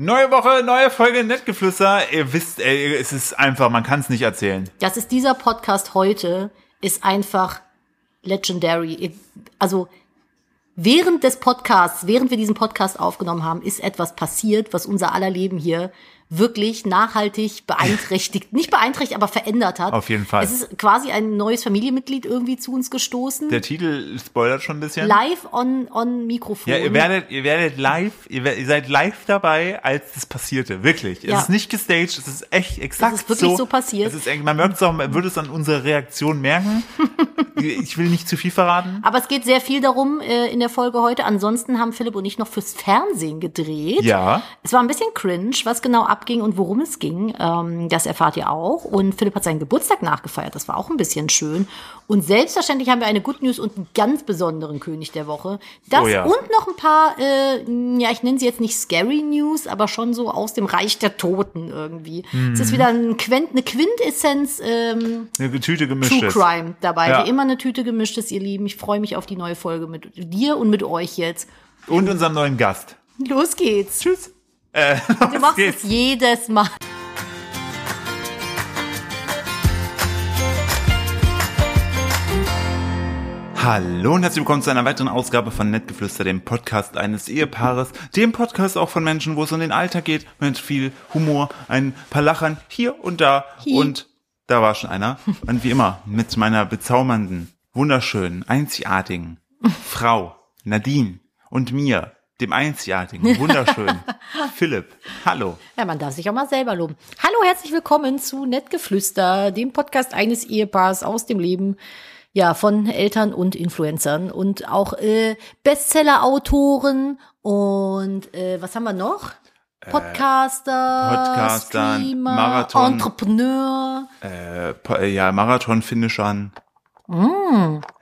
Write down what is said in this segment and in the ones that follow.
Neue Woche, neue Folge Nettgeflüster. Ihr wisst, ey, es ist einfach, man kann es nicht erzählen. Das ist dieser Podcast heute, ist einfach legendary. Also während des Podcasts, während wir diesen Podcast aufgenommen haben, ist etwas passiert, was unser aller Leben hier wirklich nachhaltig beeinträchtigt, nicht beeinträchtigt, aber verändert hat. Auf jeden Fall. Es ist quasi ein neues Familienmitglied irgendwie zu uns gestoßen. Der Titel spoilert schon ein bisschen. Live on, on Mikrofon. Ja, ihr werdet, ihr werdet live, ihr, wer- ihr seid live dabei, als es passierte. Wirklich. Ja. Es ist nicht gestaged, es ist echt exakt Es ist wirklich so passiert. Es ist, echt- man merkt es auch, man würde es an unserer Reaktion merken. ich will nicht zu viel verraten. Aber es geht sehr viel darum äh, in der Folge heute. Ansonsten haben Philipp und ich noch fürs Fernsehen gedreht. Ja. Es war ein bisschen cringe, was genau abging und worum es ging. Ähm, das erfahrt ihr auch. Und Philipp hat seinen Geburtstag nachgefeiert. Das war auch ein bisschen schön. Und selbstverständlich haben wir eine Good News und einen ganz besonderen König der Woche. Das Oh ja. und noch ein paar, äh, ja, ich nenne sie jetzt nicht Scary News, aber schon so aus dem Reich der Toten irgendwie. Es Mhm. ist wieder ein Quent, eine Quintessenz. Ähm, Eine Tüte gemischt. True Crime dabei, Ja. wie immer eine Tüte gemischtes, ihr Lieben. Ich freue mich auf die neue Folge mit dir und mit euch jetzt. Und unserem neuen Gast. Los geht's. Tschüss. Du machst geht's. es jedes Mal. Hallo und herzlich willkommen zu einer weiteren Ausgabe von Nettgeflüster, dem Podcast eines Ehepaares, dem Podcast auch von Menschen, wo es um den Alltag geht, mit viel Humor, ein paar Lachern hier und da Hi. und da war schon einer. Und wie immer mit meiner bezaubernden, wunderschönen, einzigartigen Frau Nadine und mir, dem einzigartigen, wunderschönen Philipp. Hallo. Ja, man darf sich auch mal selber loben. Hallo, herzlich willkommen zu Nettgeflüster, dem Podcast eines Ehepaars aus dem Leben. Ja, von Eltern und Influencern und auch äh, Bestseller-Autoren und äh, was haben wir noch? Podcaster, Äh, Podcaster, Streamer, Marathon- Entrepreneur. Äh, pa- ja, Marathon-Finishern.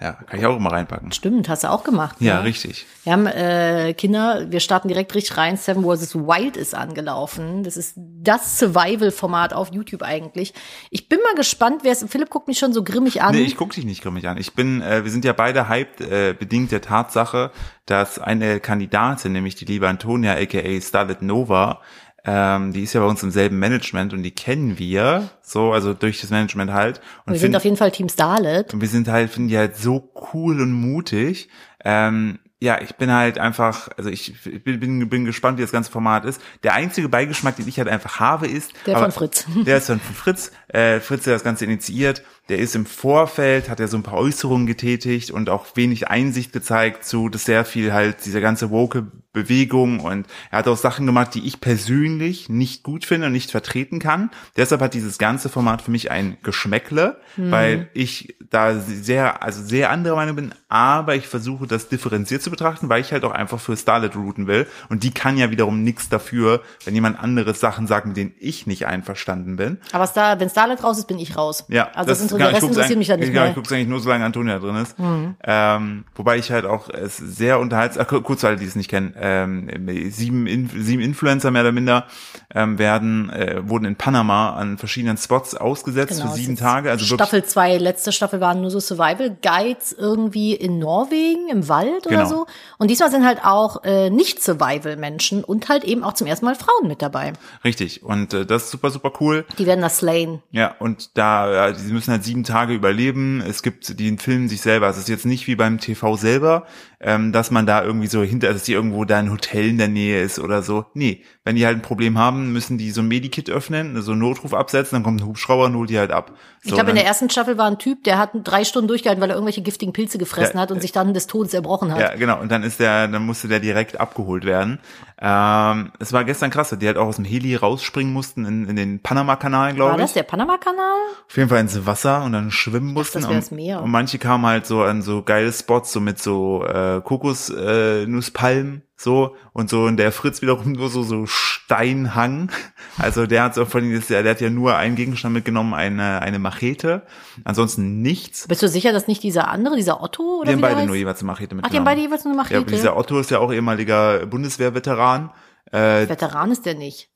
Ja, kann ich auch immer reinpacken. Stimmt, hast du auch gemacht. Ja, ne? richtig. Wir haben äh, Kinder, wir starten direkt richtig rein. Seven vs. Wild ist angelaufen. Das ist das Survival-Format auf YouTube eigentlich. Ich bin mal gespannt, wer es. Philipp guckt mich schon so grimmig an. Nee, ich guck dich nicht grimmig an. Ich bin, äh, wir sind ja beide hyped, äh, bedingt der Tatsache, dass eine Kandidatin, nämlich die liebe Antonia, aka Starlet Nova, ähm, die ist ja bei uns im selben Management und die kennen wir, so, also durch das Management halt. Und wir sind auf jeden Fall Team Starlet. und wir sind halt, finden die halt so cool und mutig. Ähm, ja, ich bin halt einfach, also ich bin, bin, bin gespannt, wie das ganze Format ist. Der einzige Beigeschmack, den ich halt einfach habe, ist. Der von Fritz. Der ist von Fritz. Äh, Fritz, der das Ganze initiiert, der ist im Vorfeld, hat ja so ein paar Äußerungen getätigt und auch wenig Einsicht gezeigt zu, dass sehr viel halt diese ganze woke Bewegung und er hat auch Sachen gemacht, die ich persönlich nicht gut finde und nicht vertreten kann. Deshalb hat dieses ganze Format für mich ein Geschmäckle, weil ich da sehr, also sehr anderer Meinung bin, aber ich versuche das differenziert zu betrachten, weil ich halt auch einfach für Starlet routen will und die kann ja wiederum nichts dafür, wenn jemand anderes Sachen sagt, mit denen ich nicht einverstanden bin. Aber Star, wenn Starlet raus ist, bin ich raus. Ja, also das, genau, der Rest guck's interessiert eigentlich- mich dann nicht genau, mehr. Mhm. Ich guck's eigentlich nur, solange Antonia drin ist. Ähm, wobei ich halt auch es sehr unterhaltsam, ach, kurz für alle, die es nicht kennen, ähm, sieben, Inf sieben Influencer mehr oder minder ähm, werden, äh, wurden in Panama an verschiedenen Spots ausgesetzt Genau, für es sieben ist Tage. Also wirklich, Staffel 2, letzte Staffel waren nur so Survival Guides irgendwie in Norwegen, im Wald Genau. oder so. Und diesmal sind halt auch äh, Nicht-Survival-Menschen und halt eben auch zum ersten Mal Frauen mit dabei. richtig. Und äh, das ist super, super cool. Die werden das slayen. Ja, und da, ja, sie müssen halt sieben Tage überleben. Es gibt, die filmen sich selber. Es ist jetzt nicht wie beim TV selber, ähm, dass man da irgendwie so hinter, dass die irgendwo da ein Hotel in der Nähe ist oder so. Nee, wenn die halt ein Problem haben, müssen die so ein Medikit öffnen, so einen Notruf absetzen, dann kommt ein Hubschrauber und holt die halt ab. So, Ich glaube, dann- in der ersten Staffel war ein Typ, der hat drei Stunden durchgehalten, weil er irgendwelche giftigen Pilze gefressen Ja, äh, hat und sich dann des Todes erbrochen hat. Ja, genau. Und dann ist der, dann musste der direkt abgeholt werden. Ähm, es war gestern krass, dass die halt auch aus dem Heli rausspringen mussten in, in den Panama-Kanal, glaube ich. war das der Panama-Kanal? auf jeden Fall ins Wasser und dann schwimmen mussten. das wär's und, Meer. und manche kamen halt so an so geile Spots, so mit so äh, Kokosnusspalmen, äh, Nusspalmen, so und so und der Fritz wiederum nur so so Steinhang. Also der hat so von ihm, der hat ja nur einen Gegenstand mitgenommen, eine eine Machete, ansonsten nichts. Bist du sicher, dass nicht dieser andere, dieser Otto Wir haben oder wie der beide heißt? nur jeweils eine Machete Ach, mitgenommen. die haben beide jeweils nur eine Ja, Machete. dieser Otto ist ja auch ehemaliger Bundeswehrveteran. Äh, Veteran ist der nicht.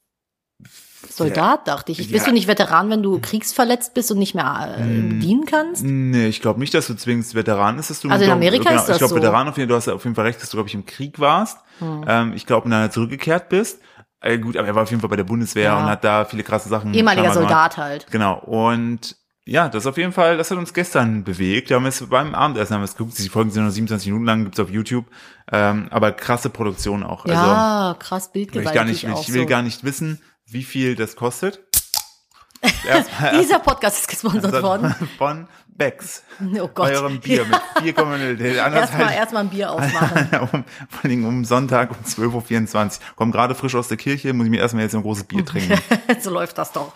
Soldat, dachte ich. Ja. Bist du nicht Veteran, wenn du kriegsverletzt bist und nicht mehr äh, Hm. dienen kannst? Nee, ich glaube nicht, dass du zwingend Veteran bist. dass Du Also in glaub- Amerika ist das Ich glaube, so. Hm. Veteran, auf jeden, du hast auf jeden Fall recht, dass du, glaube ich, im Krieg warst. Ähm, ich glaube, dann zurückgekehrt bist. Äh, gut, aber er war auf jeden Fall bei der Bundeswehr Ja. und hat da viele krasse Sachen. Ehemaliger scheinbar Soldat halt. Genau. Und ja, das auf jeden Fall, das hat uns gestern bewegt. Wir haben es beim Abendessen haben wir es geguckt. Die Folgen sind nur 27 Minuten lang, gibt's auf YouTube. Ähm, aber krasse Produktion auch. also, ja, krass will bildgewaltig ich gar nicht, auch ich will so. gar nicht wissen, wie viel das kostet. Erstmal Dieser Podcast ist gesponsert worden. von Becks. Oh Gott. Also, Eurem Bier mit 4,0. Erstmal anderthalb- erstmal ein Bier aufmachen. um, vor allem um Sonntag um 12.24 Uhr. Komm gerade frisch aus der Kirche, muss ich mir erstmal jetzt ein großes Bier trinken. so läuft das doch.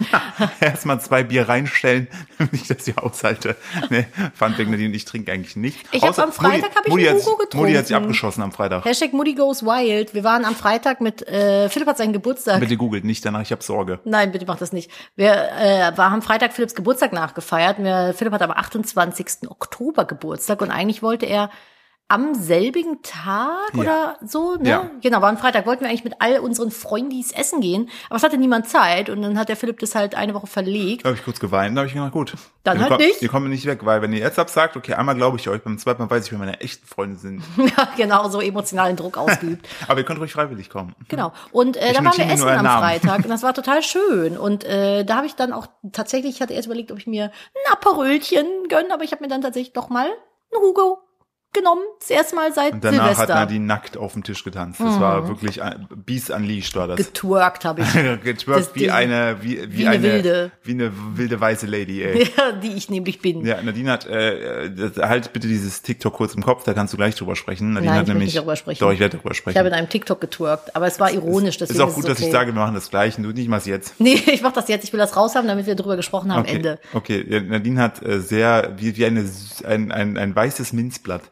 erstmal zwei Bier reinstellen, damit ich das hier aushalte. Ne, Nee, Funfact, Nadine, ich trinke eigentlich nicht. Ich hab Außer- am Freitag Mutti- hab ich Mutti einen hat- Hugo getrunken. Mutti hat sich abgeschossen am Freitag. Hashtag Moody Goes Wild. Wir waren am Freitag mit, äh, Philipp hat seinen Geburtstag. Bitte googelt nicht danach, ich habe Sorge. Nein, bitte mach das nicht. Wir äh, war, haben Freitag Philipps Geburtstag nachgefeiert. Wir, Philipp hat am 28. Oktober Geburtstag und eigentlich wollte er am selbigen Tag Ja. oder so, ne? Ja. Genau, war am Freitag. Wollten wir eigentlich mit all unseren Freundis essen gehen, aber es hatte niemand Zeit und dann hat der Philipp das halt eine Woche verlegt. Da habe ich kurz geweint, da habe ich gedacht, gut. Dann ihr halt kommt- nicht. Ihr kommt nicht weg, weil wenn ihr jetzt absagt, okay, einmal glaube ich euch, beim zweiten Mal weiß ich, wer meine echten Freunde sind. Ja, genau, so emotionalen Druck ausgeübt. Aber ihr könnt ruhig freiwillig kommen. Genau. Und äh, da waren wir notiere mir essen nur euren am Namen. Freitag und das war total schön. Und äh, da habe ich dann auch tatsächlich, ich hatte erst überlegt, ob ich mir ein Aperölchen gönne, aber ich habe mir dann tatsächlich doch mal einen Hugo genommen. Das erste Mal seit Und danach hat Silvester. Mhm. Nadine nackt auf dem Tisch getanzt. Das war wirklich, ein- Beast Unleashed war das. Getwerkt habe ich, Das- Getwerkt wie die- eine, wie, wie, wie eine eine, Wilde. wie eine wilde weiße Lady, ey. ja, die ich nämlich bin. Ja, Nadine hat, äh, das, halt bitte dieses TikTok kurz im Kopf, da kannst du gleich drüber sprechen. Nadine Nein, hat ich will nämlich, nicht darüber sprechen. Doch, ich werde darüber sprechen. Ich habe in einem TikTok getwerkt, aber es war ironisch. ist deswegen auch gut, es dass ich okay. sage, wir machen das gleich und du nicht machst jetzt. Nee, ich mache das jetzt. Ich will das raus haben, damit wir drüber gesprochen haben am okay. Ende. Okay, ja, Nadine hat äh, sehr, wie, wie eine, s- ein, ein, ein weißes Minzblatt,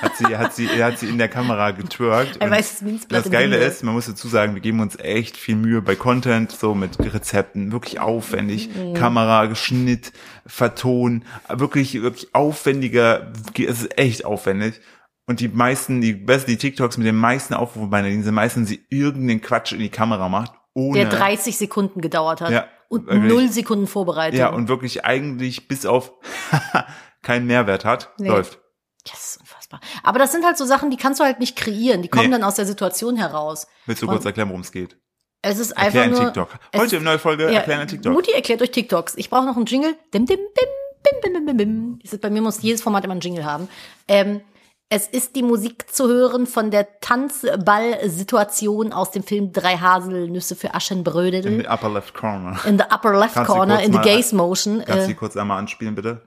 hat sie, hat sie, hat sie in der Kamera getwerkt. Ein und weißes Minzblatt Das im Geile Himmel. ist, man muss dazu sagen, wir geben uns echt viel Mühe bei Content, so mit Rezepten, wirklich aufwendig, Mhm. Kamera, Schnitt, Verton, wirklich, wirklich aufwendiger, es ist echt aufwendig. Und die meisten, die besten, die TikToks mit den meisten Aufrufen bei Nadine sind meistens, sie irgendeinen Quatsch in die Kamera macht, ohne. Der 30 Sekunden gedauert hat Ja, und wirklich. null Sekunden Vorbereitung. Ja, und wirklich eigentlich bis auf keinen Mehrwert hat, Nee. läuft. Yes, unfassbar. Aber das sind halt so Sachen, die kannst du halt nicht kreieren. Die kommen Nee. dann aus der Situation heraus. Willst du Und- kurz erklären, worum es geht? Es ist einfach Erklären nur. TikTok. es Heute ist- im neuen Folge Ja, erklären ein TikTok. Mutti erklärt euch TikToks. Ich brauche noch einen Jingle. Dim, dim, bim, bim, bim, bim, bim, bim. Das ist, bei mir muss jedes Format immer einen Jingle haben. Ähm, es ist die Musik zu hören von der Tanzball-Situation aus dem Film Drei Haselnüsse für Aschenbrödel. Im Upper Left Corner. in the upper left Kannst du corner, kurz in the mal- gaze motion. Kannst du Äh, die kurz einmal anspielen, bitte?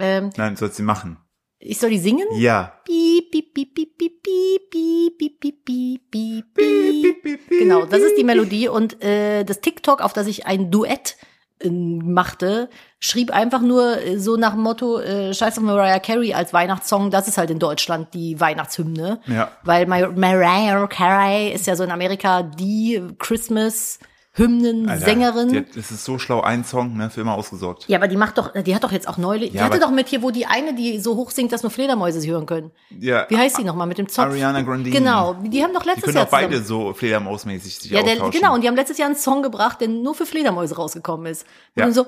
ähm, Nein, sollst du sie machen. ich soll die singen? Ja. Piep, piep, piep, piep, piep, piep, piep, piep, piep, piep, piep, piep. Genau, das ist die Melodie und äh, das TikTok, auf das ich ein Duett äh, machte, schrieb einfach nur äh, so nach dem Motto äh, Scheiß auf Mariah Carey als Weihnachtssong. Das ist halt in Deutschland die Weihnachtshymne, Ja. weil Mar Mariah Carey ist ja so in Amerika die Christmas Alter, Hymnensängerin. die hat- Das ist so schlau, ein Song, ne, für immer ausgesorgt. ja, aber die macht doch, die hat doch jetzt auch neulich, die Ja, hatte aber- doch mit hier, wo die eine, die so hoch singt, dass nur Fledermäuse sie hören können. Ja. Wie heißt die nochmal mit dem Zopf? Ariana Grande. Genau, die haben doch Die letztes können Jahr auch beide zusammen- so Fledermausmäßig sich ja, der, austauschen. genau, und die haben letztes Jahr einen Song gebracht, der nur für Fledermäuse rausgekommen ist. Ja. Und so,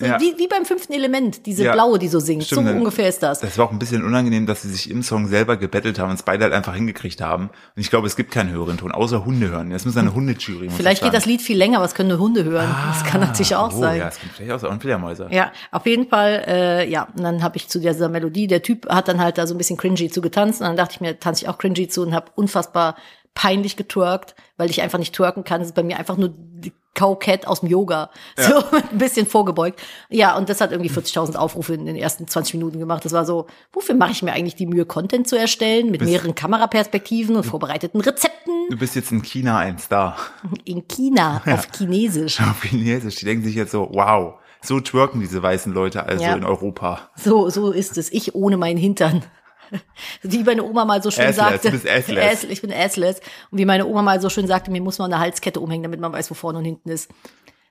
so Ja. wie, wie beim fünften Element, diese Ja. blaue, die so singt. Stimmt, so dann- ungefähr ist das. Das war auch ein bisschen unangenehm, dass sie sich im Song selber gebettelt haben und es beide halt einfach hingekriegt haben. Und ich glaube, es gibt keinen höheren Ton, außer Hunde hören. Jetzt muss eine Hundejury muss Vielleicht geht sagen. das Lied viel länger, was können nur Hunde hören. das kann natürlich auch Ah, oh, sein. Ja, es gibt vielleicht auch so einen Fledermäuser. Ja, auf jeden Fall, äh, ja, und dann habe ich zu dieser Melodie, der Typ hat dann halt da so ein bisschen cringy zu getanzt und dann dachte ich mir, tanze ich auch cringy zu und habe unfassbar peinlich getwerkt, weil ich einfach nicht twerken kann. Das ist bei mir einfach nur die Cowcat aus dem Yoga. So ein bisschen vorgebeugt. Ja, und das hat irgendwie 40.000 Aufrufe in den ersten 20 Minuten gemacht. Das war so, wofür mache ich mir eigentlich die Mühe, Content zu erstellen mit mehreren Kameraperspektiven und vorbereiteten Rezepten Du bist jetzt in China ein Star. in China auf Chinesisch. Auf Chinesisch. Die denken sich jetzt so, wow, so twerken diese weißen Leute also Ja. in Europa. So, so ist es. Ich ohne meinen Hintern. Wie meine Oma mal so schön Assless, sagte, du bist assless. Ass- ich bin assless. Und wie meine Oma mal so schön sagte, mir muss man eine Halskette umhängen, damit man weiß, wo vorne und hinten ist.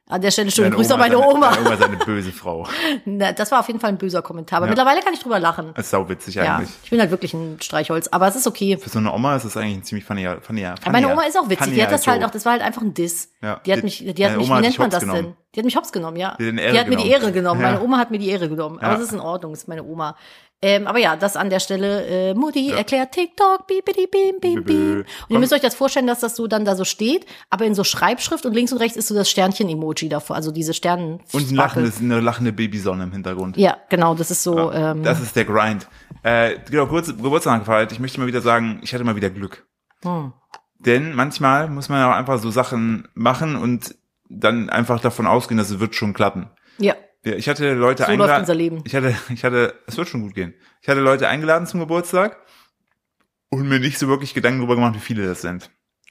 An der Stelle schönen Deine Grüße an meine seine- Oma. Deine Oma ist eine böse Frau. Na, das war auf jeden Fall ein böser Kommentar. Aber mittlerweile kann ich drüber lachen. Das ist sauwitzig Ja, eigentlich. ich bin halt wirklich ein Streichholz, aber es ist okay. Für so eine Oma ist das eigentlich ein ziemlich funnier, funnier, funnier Aber Ah, meine Oma ist auch witzig. Die hat das halt auch, Joke. das war halt einfach ein Diss. Ja. Die hat Die- mich, die hat meine Oma mich, wie hat nennt dich man hops das denn? genommen. Die hat mich hops genommen, ja. Die hat den Die Ehre hat mir die genommen. Ehre genommen. Meine Ja. Oma hat mir die Ehre genommen. Aber Ja. es ist in Ordnung, es ist meine Oma. Ähm, aber ja, das an der Stelle, äh, Mutti erklärt TikTok, bim, bim, bim, bim, Bim. bim. Und ihr müsst euch das vorstellen, dass das so dann da so steht, aber in so Schreibschrift und links und rechts ist so das Sternchen-Emoji davor, also diese Sternen. Und ein lachendes, eine lachende Babysonne im Hintergrund. Ja, genau, das ist so, ähm, Das ist der Grind. Äh, genau, kurz Geburtstag gefeiert. Ich möchte mal wieder sagen, ich hatte mal wieder Glück. hm. Denn manchmal muss man auch einfach so Sachen machen und dann einfach davon ausgehen, dass es wird schon klappen. ja, Wir- Ich hatte Leute So läuft eingeladen. unser Leben. Ich hatte, ich hatte, es wird schon gut gehen. Ich hatte Leute eingeladen zum Geburtstag und mir nicht so wirklich Gedanken darüber gemacht, wie viele das sind.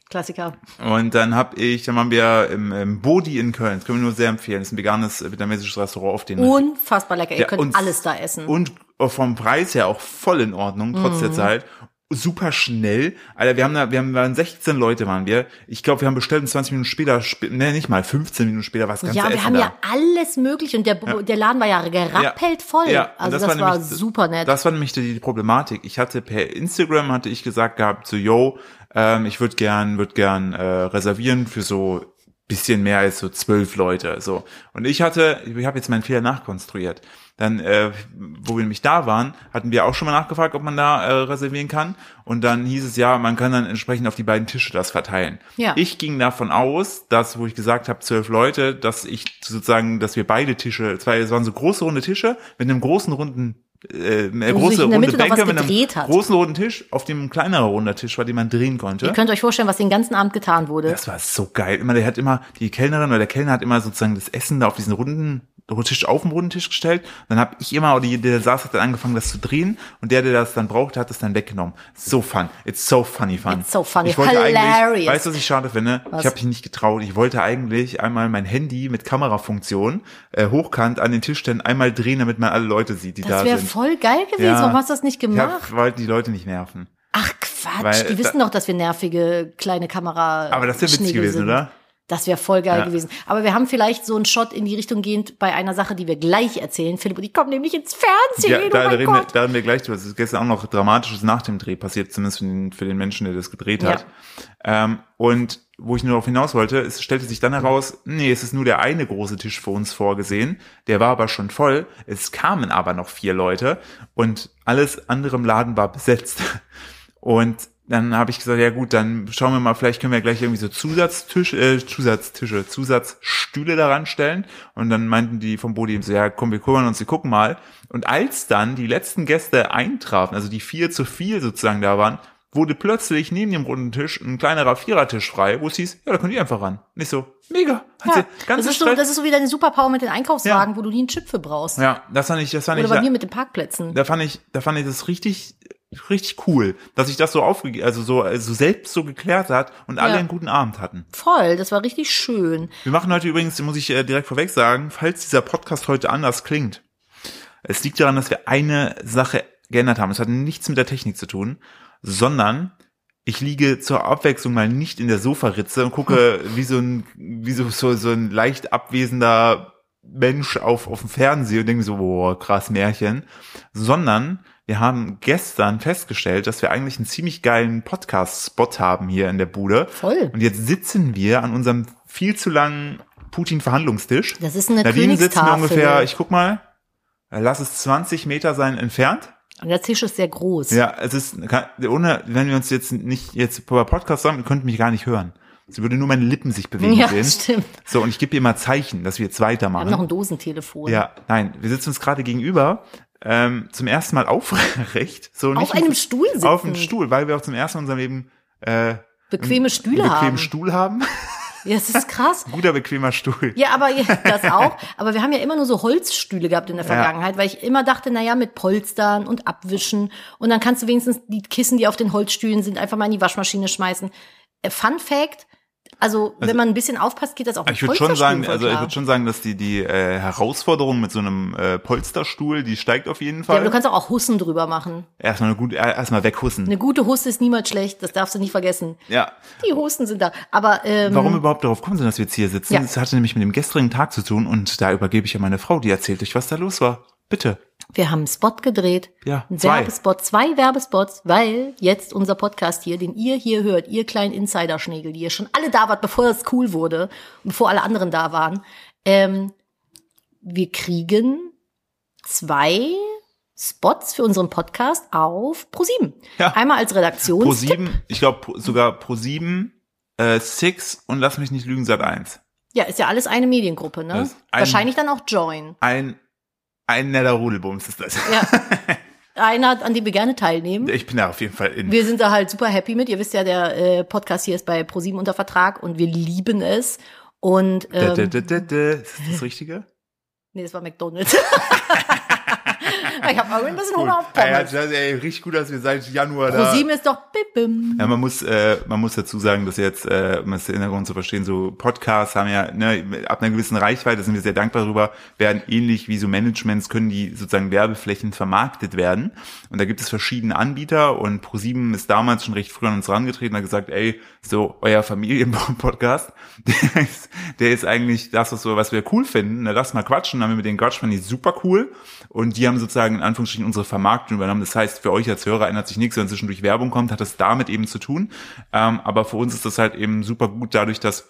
Klassiker. Und dann habe ich, dann waren wir im, im Bodi in Köln. Das können wir nur sehr empfehlen. Das ist ein veganes äh, vietnamesisches Restaurant auf den Unfassbar lecker, ihr Ja, und- könnt alles da essen. und äh, vom Preis her auch voll in Ordnung, trotz Mhm. der Zeit. Super schnell. Alter, wir haben da, wir haben, waren 16 Leute waren wir. Ich glaube, wir haben bestellt und 20 Minuten später, sp- ne, nicht mal, 15 Minuten später war das ganze ja, wir Essen haben da. ja alles möglich und der, Bu- der Laden war ja gerappelt voll. Ja, und also das, war, nämlich- super nett. Das war nämlich die, die Problematik. Ich hatte per Instagram hatte ich gesagt gehabt, so yo, ähm, ich würde gern, würde gern äh, reservieren für so bisschen mehr als so zwölf Leute. So und ich hatte, ich habe jetzt meinen Fehler nachkonstruiert. Dann, äh, wo wir nämlich da waren, hatten wir auch schon mal nachgefragt, ob man da äh, reservieren kann. Und dann hieß es ja, man kann dann entsprechend auf die beiden Tische das verteilen. Ja. Ich ging davon aus, dass, wo ich gesagt habe, zwölf Leute, dass ich sozusagen, dass wir beide Tische, zwei, es waren so große runde Tische mit einem großen runden, äh, eine Wo große sich in der runde Mitte noch was Bänke mit einem gedreht hat. großen runden Tisch, auf dem ein kleinerer runder Tisch war, den man drehen konnte. Ihr könnt euch vorstellen, was den ganzen Abend getan wurde. Das war so geil. Immer, der hat immer, die Kellnerin oder der Kellner hat immer sozusagen das Essen da auf diesen runden Tisch, auf den runden Tisch gestellt. Dann habe ich immer, oder die, der saß, hat dann angefangen, das zu drehen. Und der, der das dann brauchte, hat das dann weggenommen. So fun. It's so funny fun. It's so funny. Ich wollte eigentlich, Hilarious. weißt du, was ich schade finde? Ich habe mich nicht getraut. Ich wollte eigentlich einmal mein Handy mit Kamerafunktion äh, hochkant an den Tisch stellen, einmal drehen, damit man alle Leute sieht, die Das da wäre sind. voll geil gewesen. Ja. Warum hast du das nicht Ich gemacht? hab, wollte die Leute nicht nerven. Ach Quatsch, Weil die da- wissen doch, dass wir nervige kleine Kamera. Aber das wäre witzig Schnegel gewesen, sind. oder? Das wäre voll geil Ja. gewesen. Aber wir haben vielleicht so einen Shot in die Richtung gehend bei einer Sache, die wir gleich erzählen. Philipp und ich kommen nämlich ins Ja, Fernsehen. oh da, mein reden wir, Gott. da reden wir gleich drüber. Es ist gestern auch noch Dramatisches nach dem Dreh passiert, zumindest für den, für den Menschen, der das gedreht Ja. hat. Ähm, und wo ich nur darauf hinaus wollte, es stellte sich dann heraus, nee, es ist nur der eine große Tisch für uns vorgesehen, der war aber schon voll, es kamen aber noch vier Leute und alles andere im Laden war besetzt. Und dann habe ich gesagt, ja gut, dann schauen wir mal, vielleicht können wir gleich irgendwie so Zusatztisch, äh, Zusatztische, Zusatzstühle daran stellen. Und dann meinten die vom Bodi eben so, ja komm, wir kümmern uns, wir gucken mal. Und als dann die letzten Gäste eintrafen, also die vier zu viel sozusagen da waren, wurde plötzlich neben dem runden Tisch ein kleinerer Vierertisch frei, wo es hieß, ja, da könnt ihr einfach ran. Nicht so, mega. Hat Ja, sie ganz das, ist so, das ist so wie deine Superpower mit den Einkaufswagen, Ja. wo du nie einen Chip für brauchst. ja, das fand ich, das fand Oder ich. bei ja- mir mit den Parkplätzen. da fand ich, da fand ich das richtig, richtig cool, dass sich das so aufge, also so, also selbst so geklärt hat und alle Ja. einen guten Abend hatten. Voll, das war richtig schön. Wir machen heute übrigens, muss ich äh, direkt vorweg sagen, falls dieser Podcast heute anders klingt, es liegt daran, dass wir eine Sache geändert haben. Es hat nichts mit der Technik zu tun, sondern ich liege zur Abwechslung mal nicht in der Sofaritze und gucke wie so ein, wie so, so, so ein leicht abwesender Mensch auf, auf dem Fernseher und denke mir so, boah, krass Märchen, sondern wir haben gestern festgestellt, dass wir eigentlich einen ziemlich geilen Podcast-Spot haben hier in der Bude. Voll. Und jetzt sitzen wir an unserem viel zu langen Putin-Verhandlungstisch. Das ist eine Nadine sitzen wir Königstafel. ungefähr, ich guck mal, äh, lass es 20 Meter sein entfernt. Und der Tisch ist sehr groß. Ja, es ist, kann, ohne, wenn wir uns jetzt nicht, jetzt über Podcast sagen, ihr könnt mich gar nicht hören. Sie würde nur meine Lippen sich bewegen Ja, sehen. stimmt. So, und ich gebe ihr mal Zeichen, dass wir jetzt Wir haben noch weitermachen. ein Dosentelefon. Ja, nein, wir sitzen uns gerade gegenüber, ähm, zum ersten Mal aufrecht. So Auf nicht einem Stuhl sitzen. Auf einem Stuhl, weil wir auch zum ersten Mal in unserem Leben, äh, Bequeme Stühle einen bequemen haben. Stuhl haben. Ja, das ist krass. Guter, bequemer Stuhl. Ja, aber ja, das auch. Aber wir haben ja immer nur so Holzstühle gehabt in der Vergangenheit, weil ich immer dachte, na ja, mit Polstern und Abwischen. Und dann kannst du wenigstens die Kissen, die auf den Holzstühlen sind, einfach mal in die Waschmaschine schmeißen. Äh, Fun Fact, also, wenn man ein bisschen aufpasst, geht das auch mit Ah, Ich würde schon Polsterstühlen sagen, voll also ich klar. würde schon sagen, dass die die äh, Herausforderung mit so einem äh, Polsterstuhl, die steigt auf jeden ja, Fall. aber du kannst auch, auch Hussen drüber machen. erstmal eine gut äh, erstmal weghussen. Eine gute Husse ist niemals schlecht, das darfst du nicht vergessen. Ja. Mhm. Die Husten sind da. Aber ähm, Warum überhaupt darauf kommen sie, dass wir jetzt hier sitzen? Ja. Das hatte nämlich mit dem gestrigen Tag zu tun und da übergebe ich ja meine Frau, die erzählt euch, was da los war. Bitte. wir haben einen Spot gedreht. Ja, Ein zwei. Werbespot, zwei Werbespots, weil jetzt unser Podcast hier, den ihr hier hört, ihr kleinen Insiderschnägel, die ihr schon alle da wart, bevor das cool wurde und bevor alle anderen da waren, ähm, wir kriegen zwei Spots für unseren Podcast auf ProSieben. Ja. Einmal als Redaktions. Pro 7, ich glaube sogar Pro 7, äh, Six und lass mich nicht lügen, Sat 1. Ja, ist ja alles eine Mediengruppe, ne? Das ist ein- Wahrscheinlich dann auch Join. Ein, ein netter Rudelbums ist das. Ja. Einer, an dem wir gerne teilnehmen. Ich bin da auf jeden Fall in. Wir sind da halt super happy mit. Ihr wisst ja, der äh, Podcast hier ist bei ProSieben unter Vertrag und wir lieben es. Und Da, da, ähm, da, da, da. Ist das das Richtige? nee, das war McDonalds. ich habe irgendwie ein bisschen Gut. also, äh, Hunger auf Ey, hat- Pommes. das- ey, richtig gut, dass wir seit Januar da. ProSieben ist doch bim, bim. Ja, man muss, äh, man muss dazu sagen, dass jetzt, äh, um das Hintergrund zu verstehen, so Podcasts haben ja, ne, ab einer gewissen Reichweite sind wir sehr dankbar darüber, werden ähnlich wie so Managements, können die sozusagen Werbeflächen vermarktet werden. Und da gibt es verschiedene Anbieter und ProSieben ist damals schon recht früh an uns rangetreten und hat gesagt, ey, so euer Familienpodcast, der ist, der ist eigentlich das, was, so, was wir cool finden. Na, lass mal quatschen. Dann haben wir mit denen gequatscht, fanden die super cool. Und die haben sozusagen in Anführungsstrichen unsere Vermarktung übernommen. Das heißt, für euch als Hörer ändert sich nichts, wenn zwischendurch Werbung kommt, hat das damit eben zu tun. Ähm, aber für uns ist das halt eben super gut dadurch, dass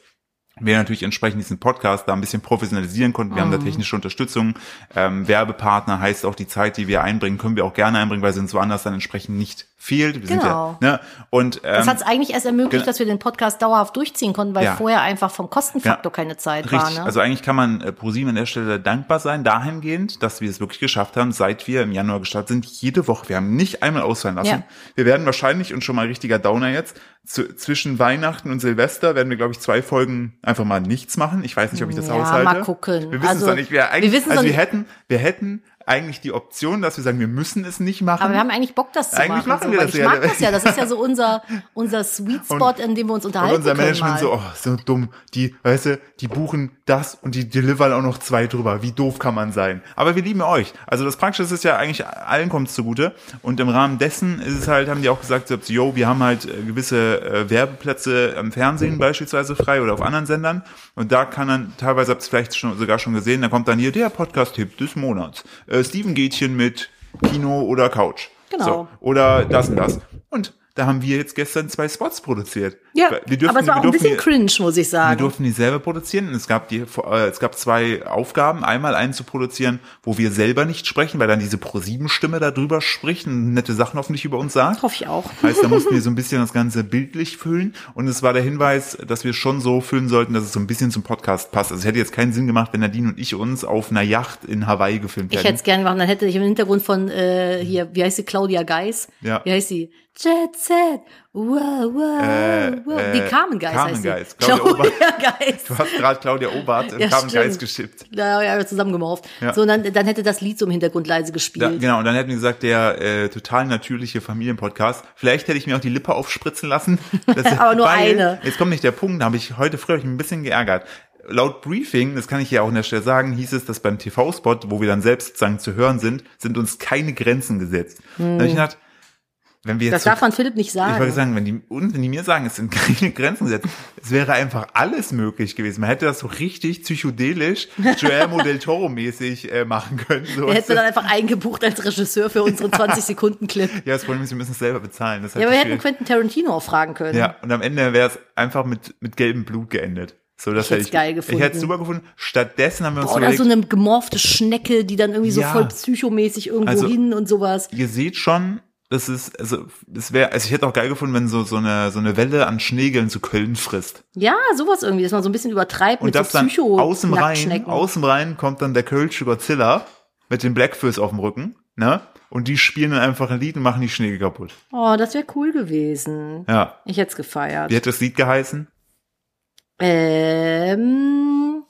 wir natürlich entsprechend diesen Podcast da ein bisschen professionalisieren konnten. Wir haben Mhm. da technische Unterstützung. Ähm, Werbepartner heißt auch die Zeit, die wir einbringen, können wir auch gerne einbringen, weil sie uns woanders dann entsprechend nicht fehlt. Wir Genau. Sind ja, ne? Und ähm, Das hat es eigentlich erst ermöglicht, genau. dass wir den Podcast dauerhaft durchziehen konnten, weil Ja. vorher einfach vom Kostenfaktor Ja. keine Zeit war. Richtig. Ne? Also eigentlich kann man äh, ProSieben an der Stelle dankbar sein, dahingehend, dass wir es wirklich geschafft haben, seit wir im Januar gestartet sind, jede Woche. Wir haben nicht einmal ausfallen lassen. Ja. Wir werden wahrscheinlich, und schon mal ein richtiger Downer jetzt, zu, zwischen Weihnachten und Silvester werden wir, glaube ich, zwei Folgen einfach mal nichts machen. Ich weiß nicht, ob ich das Ja, aushalte. mal gucken. Wir wissen Also, es noch nicht. Wir, wir eigentlich, wissen es also noch wir nicht. hätten, wir hätten eigentlich die Option, dass wir sagen, wir müssen es nicht machen. aber wir haben eigentlich Bock, das zu Eigentlich machen. machen so, wir weil das ich ja. mag das ja. Das ist ja so unser, unser Sweet Spot, in dem wir uns und unterhalten unser können. Management mal. so, oh, so dumm. Die, weißt du, die buchen das und die delivern auch noch zwei drüber. Wie doof kann man sein? Aber wir lieben euch. Also das Praktische ist ja eigentlich allen kommt zugute. Und im Rahmen dessen ist es halt, haben die auch gesagt, so, yo, wir haben halt äh, gewisse äh, Werbeplätze im Mhm. Fernsehen beispielsweise frei oder auf anderen Sendern. Und da kann dann, teilweise habt ihr es vielleicht schon, sogar schon gesehen, da kommt dann hier der Podcast-Tipp des Monats. Äh, Steven Gätchen mit Kino oder Couch. Genau. So. Oder das und das. Und da haben wir jetzt gestern zwei Spots produziert. ja, wir dürfen, aber es wir war auch ein dürfen die, bisschen cringe, muss ich Wir sagen. durften die selber produzieren. Es gab die, äh, es gab zwei Aufgaben. Einmal einen zu produzieren, wo wir selber nicht sprechen, weil dann diese Pro-7-Stimme da drüber spricht und nette Sachen hoffentlich über uns sagt. Hoffe ich auch. Heißt, da mussten wir so ein bisschen das Ganze bildlich füllen. Und es war der Hinweis, dass wir schon so füllen sollten, dass es so ein bisschen zum Podcast passt. Also es hätte jetzt keinen Sinn gemacht, wenn Nadine und ich uns auf einer Yacht in Hawaii gefilmt Ich hätten. hätte es gerne gemacht, dann hätte ich im Hintergrund von äh, hier, wie heißt sie, Claudia Geis? Ja. Wie heißt sie? Jet Set. Wow, wow, Äh, wow. äh, Die Carmen Geis Carmen heißt Geis. sie. Claudia Claudia Geis. Du hast gerade Claudia Obert und Ja, Carmen Geis stimmt. geschippt. Da haben wir zusammengemorft. Ja. So, und dann, dann hätte das Lied so im Hintergrund leise gespielt. Ja, genau, und dann hätten wir gesagt, der äh, total natürliche Familienpodcast. Vielleicht hätte ich mir auch die Lippe aufspritzen lassen. Das- Aber nur eine. Jetzt kommt nicht der Punkt, da habe ich heute früh hab ich mich ein bisschen geärgert. Laut Briefing, das kann ich ja auch an der Stelle sagen, hieß es, dass beim TV-Spot, wo wir dann selbst sozusagen zu hören sind, sind uns keine Grenzen gesetzt. Da habe ich gedacht, wenn wir jetzt Hm. das so darf man Philipp nicht sagen. ich wollte sagen, wenn die, und wenn die mir sagen, es sind keine Grenzen gesetzt, es wäre einfach alles möglich gewesen. Man hätte das so richtig psychedelisch, Guillermo del Toro mäßig äh, machen können. So er ist hätte das- dann einfach eingebucht als Regisseur für unseren 20-Sekunden-Clip. ja, das Problem ist, wir müssen es selber bezahlen. Das ist halt Ja, aber wir so hätten schwierig. Quentin Tarantino auch fragen können. ja, und am Ende wäre es einfach mit, mit gelbem Blut geendet. So, das Ich hätte es geil gefunden. Ich hätte es super gefunden. Stattdessen haben wir uns Oh, Oder überlegt, so eine gemorfte Schnecke, die dann irgendwie so Ja. voll psychomäßig irgendwo Also- hin und sowas. ihr seht schon, das ist, also, es wäre, also ich hätte auch geil gefunden, wenn so, so eine, so eine Welle an Schneegeln zu Köln frisst. Ja, sowas irgendwie, dass man so ein bisschen übertreibt Und mit das so dann psycho aus dem Rhein, Nacktschnecken. aus dem Rhein kommt dann der Kölsche Godzilla mit den Blackfills auf dem Rücken, ne? Und die spielen dann einfach ein Lied und machen die Schneegel kaputt. Oh, das wäre cool gewesen. Ja. Ich hätte es gefeiert. Wie hätte das Lied geheißen? Ähm,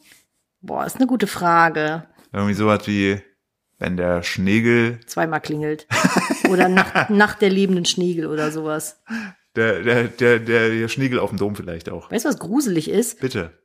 boah, ist eine gute Frage. Irgendwie sowas wie, wenn der Schneegel, Zweimal klingelt. Oder Nacht, Nacht der lebenden Schneegel oder sowas. der, der, der, der, der Schneegel auf dem Dom vielleicht auch. Weißt du, was gruselig ist? Bitte.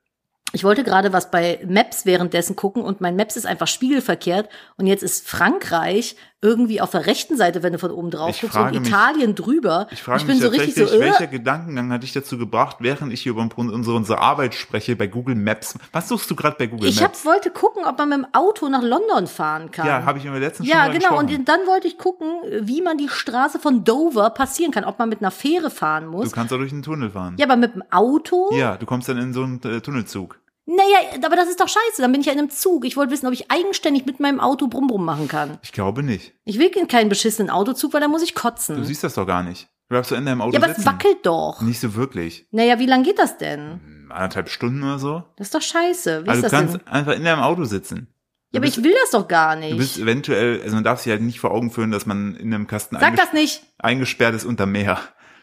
Ich wollte gerade was bei Maps währenddessen gucken und mein Maps ist einfach spiegelverkehrt und jetzt ist Frankreich irgendwie auf der rechten Seite, wenn du von oben drauf Ich guckst und frage mich- Italien drüber. Ich frage bin mich so richtig tatsächlich, so, welcher äh, Gedankengang hat dich dazu gebracht, während ich hier über unsere, unsere Arbeit spreche, bei Google Maps. Was suchst du gerade bei Google ich Maps? hab, wollte gucken, ob man mit dem Auto nach London fahren kann. ja, habe ich in der letzten Ja, schon mal genau. gesprochen. Und dann wollte ich gucken, wie man die Straße von Dover passieren kann, ob man mit einer Fähre fahren Du muss. kannst auch durch den Tunnel fahren. Ja, aber mit dem Auto? Ja, du kommst dann in so einen äh, Tunnelzug. Naja, aber das ist doch scheiße. Dann bin ich ja in einem Zug. Ich wollte wissen, ob ich eigenständig mit meinem Auto Brumm Brumm machen kann. Ich glaube nicht. Ich will in keinen beschissenen Autozug, weil da muss ich Du kotzen. siehst das doch gar nicht. Du bleibst doch in deinem Auto Mhm. Ja, aber es sitzen. wackelt doch. Nicht so wirklich. Naja, wie lange geht das denn? Anderthalb Stunden oder so. Das ist doch scheiße. Wie Also du ist das kannst denn? einfach in deinem Auto sitzen. Ja, aber ich will das doch gar Du bist nicht. eventuell, also man darf sich halt nicht vor Augen führen, dass man in einem Kasten Sag einges- das nicht. eingesperrt ist unter Meer.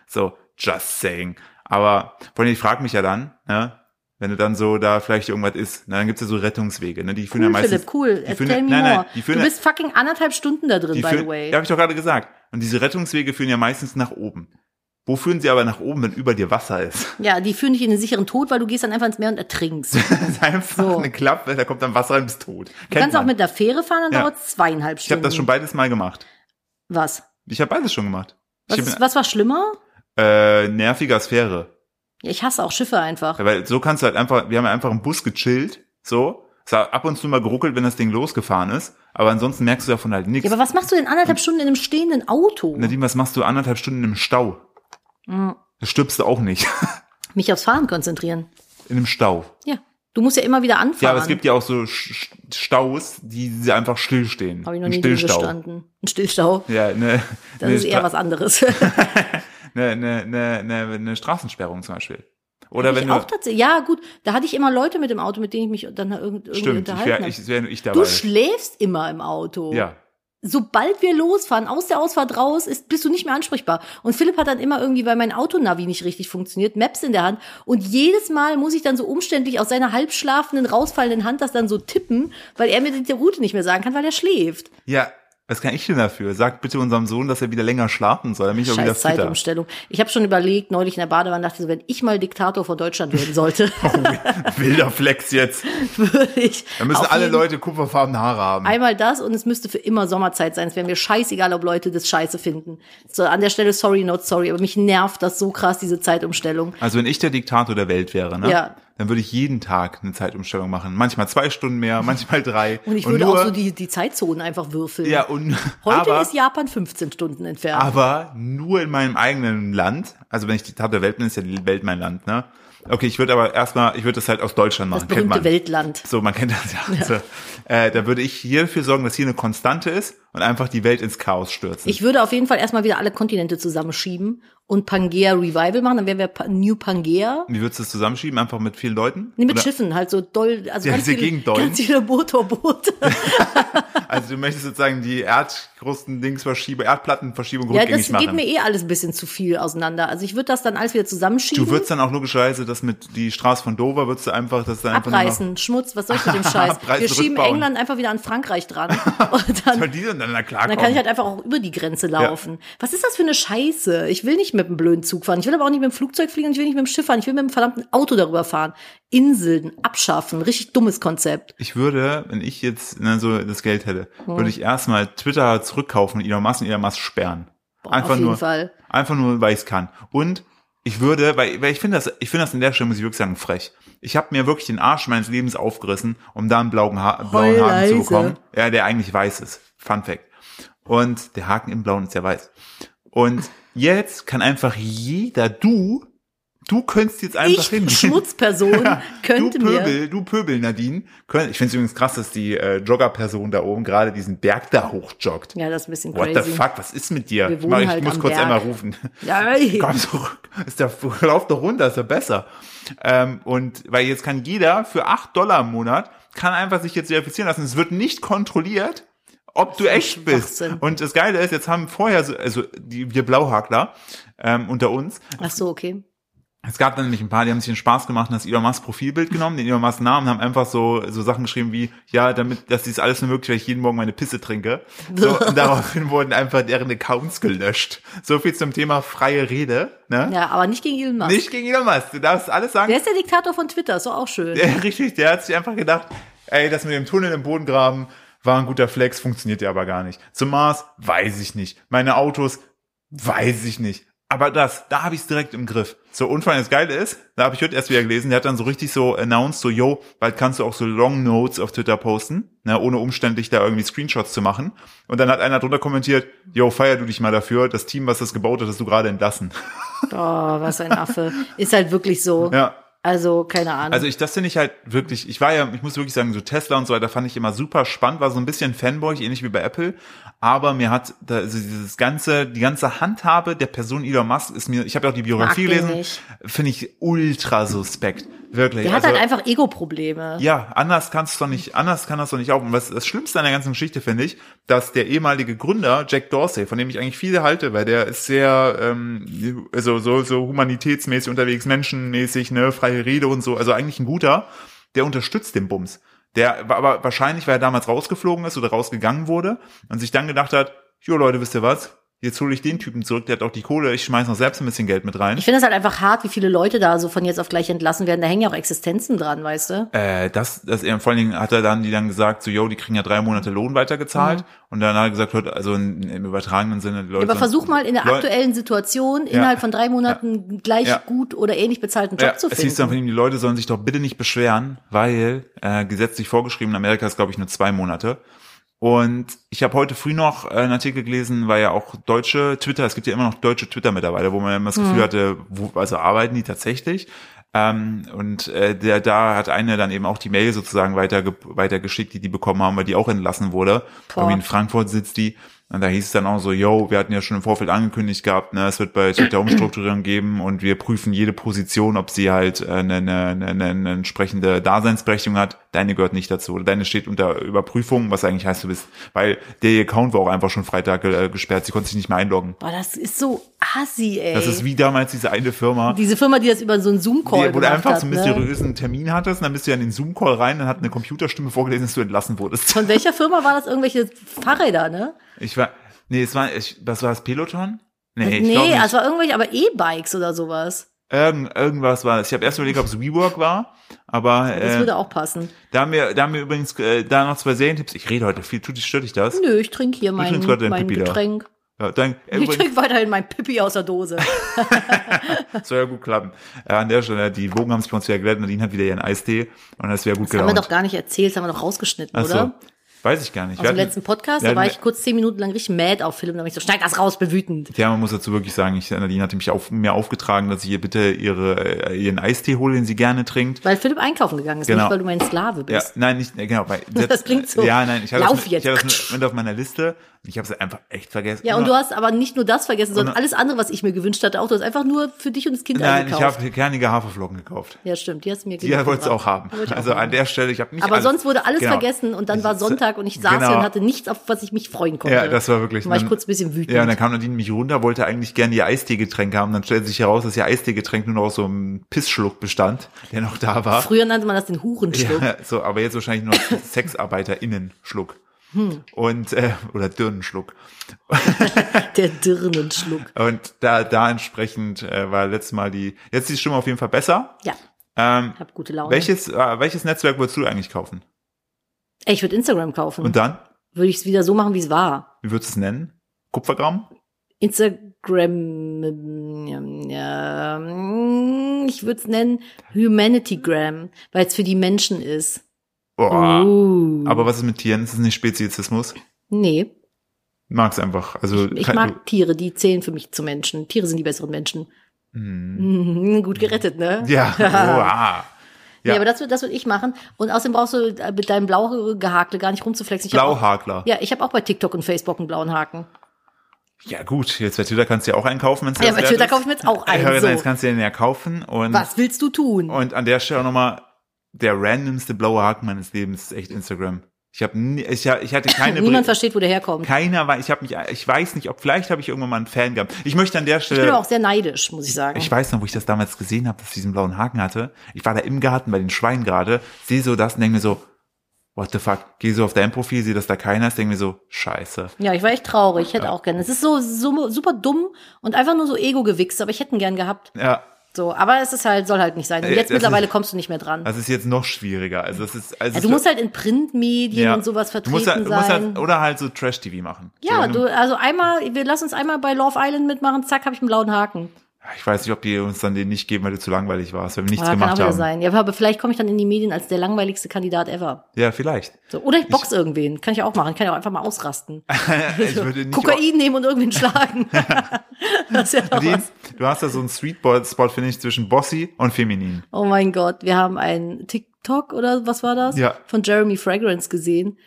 So, just saying. Aber vor allem, ich frage mich ja dann, ne, wenn du dann so da vielleicht irgendwas ist, ne, dann gibt's ja so Rettungswege, ne, die führen ja Cool, meistens. Hm, Philipp, cool. die Erzähl führen ja- mir nein, nein, more. die führen du ja- bist fucking anderthalb Stunden da drin, Die by führen, the way. Ja, habe ich doch gerade gesagt. Und diese Rettungswege führen ja meistens nach oben. Wo führen sie aber nach oben, wenn über dir Wasser ist? Ja, die führen dich in den sicheren Tod, weil du gehst dann einfach ins Meer und ertrinkst. Du Das ist einfach So. eine Klappe, da kommt dann Wasser rein, bist tot. Kennt kannst auch man. mit der Fähre fahren, dann Ja. dauert zweieinhalb ich habe Stunden. das schon beides mal gemacht. Was? Ich habe beides schon gemacht. Was, ich ist, hab, was war schlimmer? äh, nerviger Sphäre. Ja, ich hasse auch Schiffe einfach. Ja, weil so kannst du halt einfach, wir haben ja einfach im Bus gechillt, so. Es hat ab und zu mal geruckelt, wenn das Ding losgefahren ist, aber ansonsten merkst du davon halt nichts. Ja, aber was machst du denn anderthalb Stunden in einem stehenden Auto? Nadine, was machst du anderthalb Stunden im Stau? Hm, Da stirbst du auch nicht. Mich aufs Fahren konzentrieren. In einem Stau. Ja. Du musst ja immer wieder anfahren. Ja, aber es gibt ja auch so Sch- Sch- Staus, die die einfach stillstehen. Habe ich noch Ein nie drin gestanden. Ein Stillstau. Ja, ne, Das ne, ist eher Stra- was anderes. Habe Ne, ne, ne, ne, ne Straßensperrung zum Beispiel. Oder ich wenn du. auch tatsächlich. Ja, gut. Da hatte ich immer Leute mit dem Auto, mit denen ich mich dann irgend- irgendwie stimmt, ich unterhalten wäre habe. ich, wär, ich dabei. Du schläfst immer im Auto. ja. sobald wir losfahren, aus der Ausfahrt raus, ist, bist du nicht mehr ansprechbar. Und Philipp hat dann immer irgendwie, weil mein Autonavi nicht richtig funktioniert, Maps in der Hand. Und jedes Mal muss ich dann so umständlich aus seiner halbschlafenden, rausfallenden Hand das dann so tippen, weil er mir die Route nicht mehr sagen kann, weil er schläft. Ja, was kann ich denn dafür? Sag bitte unserem Sohn, dass er wieder länger schlafen soll, damit ich auch wieder Scheiß fitter. Zeitumstellung. Ich habe schon überlegt, neulich in der Badewanne dachte ich so, wenn ich mal Diktator von Deutschland werden sollte, Wilder Flex jetzt. würde ich. Da müssen auf alle jeden Leute kupferfarbene Haare haben. Einmal das und es müsste für immer Sommerzeit sein. Es wäre mir scheißegal, ob Leute das scheiße finden. So, an der Stelle sorry, not sorry, aber mich nervt das so krass, diese Zeitumstellung. Also wenn ich der Diktator der Welt wäre, ne, Ja. dann würde ich jeden Tag eine Zeitumstellung machen. Manchmal zwei Stunden mehr, manchmal drei. Und ich würde auch so die, die Zeitzonen einfach würfeln. ja, und Heute aber, Ah, ist Japan 15 Stunden entfernt. aber nur in meinem eigenen Land. Also wenn ich Diktator der Welt bin, ist ja die Welt mein Land, ne? Okay, ich würde aber erstmal, ich würde das halt aus Deutschland machen, das kennt man. berühmte Weltland. So, man kennt das ja. Also, äh, da würde ich hier dafür sorgen, dass hier eine Konstante ist und einfach die Welt ins Chaos stürzen. Ich würde auf jeden Fall erstmal wieder alle Kontinente zusammenschieben und Pangea Revival machen, dann wären wir Pa- New Pangea. Wie würdest du das zusammenschieben? Einfach mit vielen Leuten? Nee, mit Oder- Schiffen, halt so doll, also Ja, ganz, diese viele, Gegendollen. ganz viele Motorboote. Also du möchtest sozusagen die Erdkrusten-Dingsverschiebung, Erdplattenverschiebung ja, das rückgängig geht machen. mir eh alles ein bisschen zu viel auseinander. Also ich würde das dann alles wieder zusammenschieben. du würdest dann auch logischerweise das mit die Straße von Dover würdest du einfach das dann einfach Abreißen, Schmutz, was soll ich mit dem Scheiß? Abreißen, Wir schieben rückbauen. England einfach wieder an Frankreich dran. Und dann, nur noch, die sind dann klar dann kann ich halt einfach auch über die Grenze laufen. Was ist das für eine Scheiße? Ich will nicht mit einem blöden Zug fahren. Ich will aber auch nicht mit dem Flugzeug fliegen und ich will nicht mit dem Schiff fahren. Ich will mit dem verdammten Auto darüber fahren. Inseln abschaffen. Richtig dummes Konzept. ich würde, wenn ich jetzt ne, so das Geld hätte, Hm. würde ich erstmal Twitter zurückkaufen, Elon Musk und Elon Musk sperren. Boah, einfach auf jeden nur, Fall. einfach nur, weil ich es kann. Und ich würde, weil, weil ich finde das, ich finde das in der Stelle muss ich wirklich sagen frech. Ich habe mir wirklich den Arsch meines Lebens aufgerissen, um da einen blauen, ha blauen Haken leise. zu bekommen, ja, der eigentlich weiß ist. Fun Fact. Und der Haken im Blauen ist ja weiß. Und jetzt kann einfach jeder, du, du könntest jetzt einfach hingehen. Ich, Schmutzperson, Du könnte mir. Pöbel, du Pöbel, Nadine. Könnt, ich finde es übrigens krass, dass die äh, Jogger-Person da oben gerade diesen Berg da hochjoggt. Ja, das ist ein bisschen What crazy. the fuck, was ist mit dir? Wir Ich wohnen mach- ich halt muss am kurz Berg. einmal rufen. Ja, ey. Komm zurück. Ist der, lauf doch runter, ist ja besser. Ähm, und weil jetzt kann jeder für 8 Dollar im Monat, kann einfach sich jetzt verifizieren lassen. Es wird nicht kontrolliert, ob du echt bist. Schwachsinn. Und das Geile ist, jetzt haben vorher, so, also die, wir Blauhakler ähm, unter uns, Ach so, okay. es gab dann nämlich ein paar, die haben sich den Spaß gemacht und das Elon Musk Profilbild genommen, den Elon Musk Namen, haben einfach so, so Sachen geschrieben wie, ja, damit, dass dies alles nur möglich, weil ich jeden Morgen meine Pisse trinke. So, und daraufhin wurden einfach deren Accounts gelöscht. So viel zum Thema freie Rede, ne? Ja, aber nicht gegen Elon Musk. Nicht gegen Elon Musk, du darfst alles sagen. Wer ist der Diktator von Twitter? Ist doch auch schön. Der, richtig, der hat sich einfach gedacht, ey, das mit dem Tunnel im Bodengraben war ein guter Flex, funktioniert ja aber gar nicht. Zum Mars, weiß ich nicht. Meine Autos, weiß ich nicht. Aber das, da habe ich es direkt im Griff. So, und vor allem das Geile ist, da habe ich heute erst wieder gelesen, der hat dann so richtig so announced, so, yo, bald kannst du auch so Long Notes auf Twitter posten, ne, ohne umständlich da irgendwie Screenshots zu machen. Und dann hat einer drunter kommentiert, yo, feier du dich mal dafür, das Team, was das gebaut hat, hast du gerade entlassen. Oh, was ein Affe. Ist halt wirklich so. ja, Also, keine Ahnung. Also ich, das finde ich halt wirklich, ich war ja, ich muss wirklich sagen, so Tesla und so weiter fand ich immer super spannend, war so ein bisschen Fanboy, ähnlich wie bei Apple. Aber mir hat da, also dieses ganze, die ganze Handhabe der Person Elon Musk ist mir, ich habe ja auch die Biografie Mag den gelesen, nicht. finde ich ultra suspekt. Wirklich. der hat also, halt einfach Ego-Probleme. ja, anders kannst du doch nicht, anders kann das doch nicht auch. Und was das Schlimmste an der ganzen Geschichte finde ich, dass der ehemalige Gründer Jack Dorsey, von dem ich eigentlich viele halte, weil der ist sehr, ähm, also so, so humanitätsmäßig unterwegs, menschenmäßig, ne, freie Rede und so, also eigentlich ein guter, der unterstützt den Bums. Der war aber wahrscheinlich, weil er damals rausgeflogen ist oder rausgegangen wurde und sich dann gedacht hat, jo Leute, wisst ihr was? Jetzt hole ich den Typen zurück, der hat auch die Kohle, ich schmeiß noch selbst ein bisschen Geld mit rein. Ich finde es halt einfach hart, wie viele Leute da so von jetzt auf gleich entlassen werden. Da hängen ja auch Existenzen dran, weißt du? Äh, das, das, er- vor allen Dingen hat er dann die dann gesagt, so, yo, die kriegen ja drei Monate Lohn weitergezahlt. Und dann hat er gesagt, Leute, also in, im übertragenen Sinne, die Leute. Mhm. Aber versuch mal in der Leu- aktuellen Situation innerhalb von drei Monaten gleich Ja. gut oder ähnlich bezahlten halt Job ja, zu Es hieß dann finden. von ihm, die Leute sollen sich doch bitte nicht beschweren, weil äh, gesetzlich vorgeschrieben, in Amerika ist, glaube ich, nur zwei Monate. Und ich habe heute früh noch äh, einen Artikel gelesen, weil ja auch deutsche Twitter, es gibt ja immer noch deutsche Twitter-Mitarbeiter, wo man immer das Hm. Gefühl hatte, wo, also arbeiten die tatsächlich. Ähm, und äh, der, da hat einer dann eben auch die Mail sozusagen weiter weitergeschickt, die die bekommen haben, weil die auch entlassen wurde. Boah. Irgendwie in Frankfurt sitzt die. Und da hieß es dann auch so, yo, wir hatten ja schon im Vorfeld angekündigt gehabt, ne, es wird bei Twitter Umstrukturierung geben und wir prüfen jede Position, ob sie halt äh, eine, eine, eine, eine ne entsprechende Daseinsberechtigung hat. Deine gehört nicht dazu. Oder deine steht unter Überprüfung, was eigentlich heißt, du bist, weil der Account war auch einfach schon Freitag äh, gesperrt, sie konnte sich nicht mehr einloggen. Boah, das ist so assi, ey. Das ist wie damals diese eine Firma, Diese Firma, die das über so einen Zoom-Call die, wo du gemacht einfach hat. so einen Ne? mysteriösen Termin hattest und dann bist du ja in den Zoom-Call rein, dann hat eine Computerstimme vorgelesen, dass du entlassen wurdest. Von welcher Firma war das? Irgendwelche Fahrräder, ne? Ich war, nee, es war, ich, was war das, Peloton? Nee, ich glaub nee, also nicht. das war irgendwelche, aber E-Bikes oder sowas. Irgend, irgendwas war das. Ich habe erst überlegt, ob es WeWork war, aber Das äh, würde auch passen. da, haben wir, da haben wir übrigens äh, da noch zwei Serientipps. Ich rede heute viel, tut dich, stört dich das? Nö, ich trinke hier mein, trinkst gerade dein mein Pipi da. Getränk. Ja, dann, äh, Ich übrigens, trinke weiterhin mein Pipi aus der Dose. das soll ja gut klappen. Äh, an der Stelle, die Wogen haben es bei uns wieder gelernt, Nadine hat wieder ihren Eistee und das wäre gut Das haben wir doch gelaunt. gar nicht erzählt, das haben wir doch rausgeschnitten, genau. Ach so. oder? Weiß ich gar nicht. Aus Wir dem hatten- Also letzten Podcast, wir da war hatten- ich kurz zehn Minuten lang richtig mad auf Philipp, da bin ich so, schneid das raus, bin wütend. Ja, man muss dazu wirklich sagen, ich, Nadine hatte mich auf, mir aufgetragen, dass ich ihr bitte ihre, äh, ihren Eistee hole, den sie gerne trinkt. Weil Philipp einkaufen gegangen ist, Genau. nicht weil du mein Sklave Ja, bist. nein, nicht, äh, genau. Weil, Das klingt so. Ja, nein, ich hatte Lauf das, jetzt. Ich hatte das mit auf meiner Liste und ich habe es einfach echt vergessen. Ja, und du hast aber nicht nur das vergessen, Genau. sondern Und- alles andere, was ich mir gewünscht hatte, auch. Du hast einfach nur für dich und das Kind Nein, ich eingekauft. habe kernige Haferflocken gekauft. ja, stimmt, die hast du mir Die wolltest du auch haben. Wollte ich auch Also an haben. der Stelle, ich habe nicht Aber alles, sonst wurde alles Genau. vergessen und dann war Es- Sonntag und ich saß genau. hier und hatte nichts, auf was ich mich freuen konnte. Ja, das war wirklich. Dann war ich dann- kurz ein bisschen wütend. Ja, und dann kam Nadine mich runter, wollte eigentlich gerne ihr Eisteegetränk haben. Dann stellte sich heraus, dass ihr Eisteegetränk nur noch aus so einem Pissschluck bestand, der noch da war. Früher nannte man das den Hurenschluck. Ja, so, aber jetzt wahrscheinlich nur noch SexarbeiterInnen-Schluck. Hm. Und, äh, oder Dirnenschluck. Der Dirnenschluck. Und da, da entsprechend äh, war letztes Mal die, jetzt ist die Stimme auf jeden Fall besser. Ja, Ähm, hab gute Laune. welches, äh, welches Netzwerk würdest du eigentlich kaufen? Ey, ich würde Instagram kaufen. Und dann? würde ich es wieder so machen, wie es war. Wie würdest du es nennen? Kupfergramm? Instagram, ähm, ähm, ich würde es nennen Humanitygram, weil es für die Menschen ist. Boah. Uh. Aber was ist mit Tieren? Ist es nicht Speziesismus? nee, Mag's einfach. Also ich kein- mag Tiere, die zählen für mich zu Menschen. Tiere sind die besseren Menschen. Hm. Mhm, gut gerettet, ne? Ja. Boah. Nee, Ja. aber das, würd- das würde ich machen. Und außerdem brauchst du äh, mit deinem blau gehakle gar nicht rumzuflexen. Ich hab auch- Blauhagler. Ja, ich habe auch bei TikTok und Facebook einen blauen Haken. Ja. gut, jetzt bei Twitter kannst du ja auch einkaufen, wenn es Ah Ja, bei Twitter kaufe ich mir jetzt auch einen, so. Jetzt kannst du den ja kaufen und, Was willst du tun? und an der Stelle nochmal, der randomste blaue Haken meines Lebens ist echt Instagram. Ich habe ich, hab- ich hatte keine Niemand Bri- versteht, wo der herkommt. keiner war, ich habe mich ich weiß nicht, ob vielleicht habe ich irgendwann mal einen Fan gehabt. Ich möchte an der Ich bin aber Stelle auch sehr neidisch, muss ich sagen. Ich weiß noch, wo ich das damals gesehen habe, dass ich diesen blauen Haken hatte. Ich war da im Garten bei den Schweinen gerade, sehe so das und denke mir so, what the fuck? Gehe so auf dein Profil, sehe, dass da keiner ist, denke mir so, scheiße. Ja, ich war echt traurig. Ich hätte auch gerne. Es ist so, so super dumm und einfach nur so Ego-Gewichse, aber ich hätte ihn gern gehabt. Ja, So, aber es ist halt, soll halt nicht sein. Und Äh, jetzt das mittlerweile ist- kommst du nicht mehr dran. das ist jetzt noch schwieriger. Also das ist, also ja, du musst halt in Printmedien und sowas Du vertreten musst halt, du musst sein. halt, oder halt so Trash-TV machen. ja, so, du, also einmal, wir lassen uns einmal bei Love Island mitmachen, zack, habe ich einen blauen Haken. Ich weiß nicht, ob die uns dann den nicht geben, weil du zu langweilig warst, wenn wir nichts ja, kann auch gemacht wieder haben. sein. Ja, aber vielleicht komme ich dann in die Medien als der langweiligste Kandidat ever. Ja, vielleicht. So, oder ich box irgendwen. Kann ich auch machen. Kann ich auch einfach mal ausrasten. Ich würde Also nicht Kokain nehmen und irgendwen schlagen. das ist ja doch Den, was. du hast da so einen Sweet-Spot, finde ich, zwischen Bossy und Feminin. Oh mein Gott, wir haben einen TikTok oder was war das? Ja. Von Jeremy Fragrance gesehen.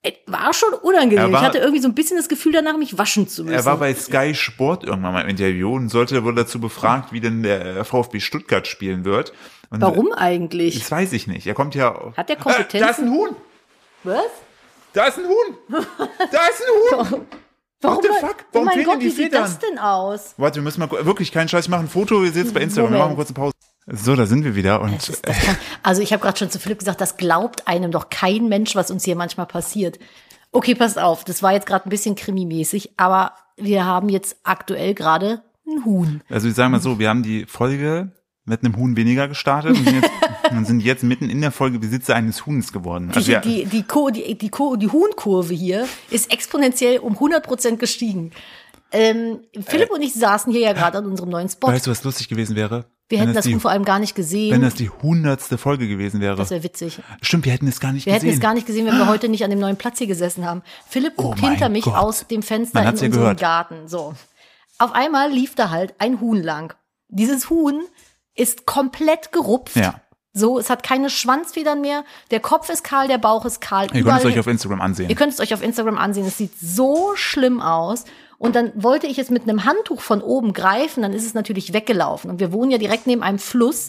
Ey, War schon unangenehm. Er war- ich hatte irgendwie so ein bisschen das Gefühl danach, mich waschen zu müssen. Er war bei Sky Sport irgendwann mal im Interview und sollte wurde dazu befragt, wie denn der äh, VfB Stuttgart spielen wird. Und Warum eigentlich? Das weiß ich nicht. Er kommt ja. Hat der Kompetenzen? Äh, da ist ein Huhn! Was? Da ist ein Huhn! Da ist ein Huhn! What the fuck? oh Warum mein fehlen Gott, die wie sieht Federn? das denn aus? Warte, wir müssen mal gu- wirklich keinen Scheiß machen. Foto, ihr seht es bei Instagram. Wir Mhm, Moment. machen kurz eine Pause. So, da sind wir wieder und Das, das kann, also ich habe gerade schon zu Philipp gesagt, das glaubt einem doch kein Mensch, was uns hier manchmal passiert. Okay, passt auf, das war jetzt gerade ein bisschen krimimäßig, aber wir haben jetzt aktuell gerade ein Huhn. Also ich sage mal so, wir haben die Folge mit einem Huhn weniger gestartet und sind jetzt, und sind jetzt mitten in der Folge Besitzer eines Huhns geworden. Die, Also ja, die, die, Co, die, die, Co, die Huhnkurve hier ist exponentiell um 100% gestiegen. Ähm, Philipp und ich saßen hier ja gerade an unserem neuen Spot. Äh. weißt du, was lustig gewesen wäre? wir hätten das die, Huhn vor allem gar nicht wenn gesehen. das die hundertste Folge gewesen wäre. Hm. Das wäre witzig. Stimmt, wir hätten es gar nicht Wir hätten gesehen. es gar nicht gesehen, wenn wir heute nicht an dem neuen Platz hier gesessen haben. Philipp guckt Oh mein hinter mich Gott. aus dem Fenster Man in hat's ja unseren gehört. Garten. So. Auf einmal lief da halt ein Huhn lang. Dieses Huhn ist komplett gerupft. Ja. So, es hat keine Schwanzfedern mehr. Der Kopf ist kahl, der Bauch ist kahl. Ihr könnt überall es euch hin- auf Instagram ansehen. Ihr könnt es euch auf Instagram ansehen. Es sieht so schlimm aus. Und dann wollte ich es mit einem Handtuch von oben greifen, dann ist es natürlich weggelaufen. Und wir wohnen ja direkt neben einem Fluss.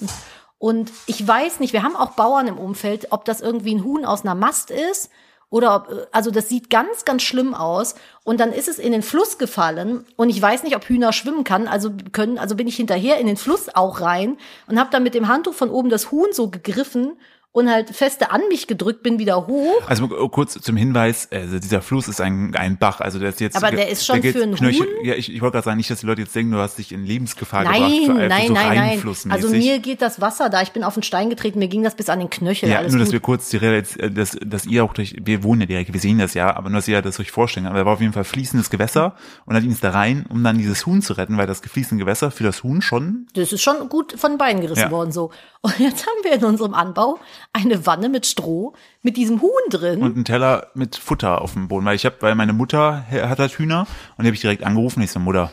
Und ich weiß nicht, wir haben auch Bauern im Umfeld, ob das irgendwie ein Huhn aus einer Mast ist oder ob, also das sieht ganz, ganz schlimm aus. Und dann ist es in den Fluss gefallen und ich weiß nicht, ob Hühner schwimmen kann, also können, also bin ich hinterher in den Fluss auch rein und habe dann mit dem Handtuch von oben das Huhn so gegriffen und halt feste an mich gedrückt, bin wieder hoch Also äh, kurz zum Hinweis, also dieser Fluss ist ein, ein Bach, also der ist jetzt Aber der ist schon geht für einen knöchel- Huhn? Ja, ich, ich wollte gerade sagen, nicht, dass die Leute jetzt denken, du hast dich in Lebensgefahr Nein, gebracht, für, äh, für nein, so nein, nein. reinflussmäßig. Also mir geht das Wasser da. Ich bin auf den Stein getreten, mir ging das bis an den Knöchel. Ja, alles nur, dass gut. wir kurz die Realität, äh, dass, dass ihr auch durch, wir wohnen ja direkt, wir sehen das ja, aber nur, dass ihr das euch vorstellen könnt. Aber da war auf jeden Fall fließendes Gewässer und dann ging es da rein, um dann dieses Huhn zu retten, weil das fließende Gewässer für das Huhn schon, das ist schon gut von den Beinen gerissen Ja. worden so. Und jetzt haben wir in unserem Anbau eine Wanne mit Stroh mit diesem Huhn drin. und ein Teller mit Futter auf dem Boden, weil ich habe, weil meine Mutter h- hat halt Hühner und die habe ich direkt angerufen, ich so, Mutter,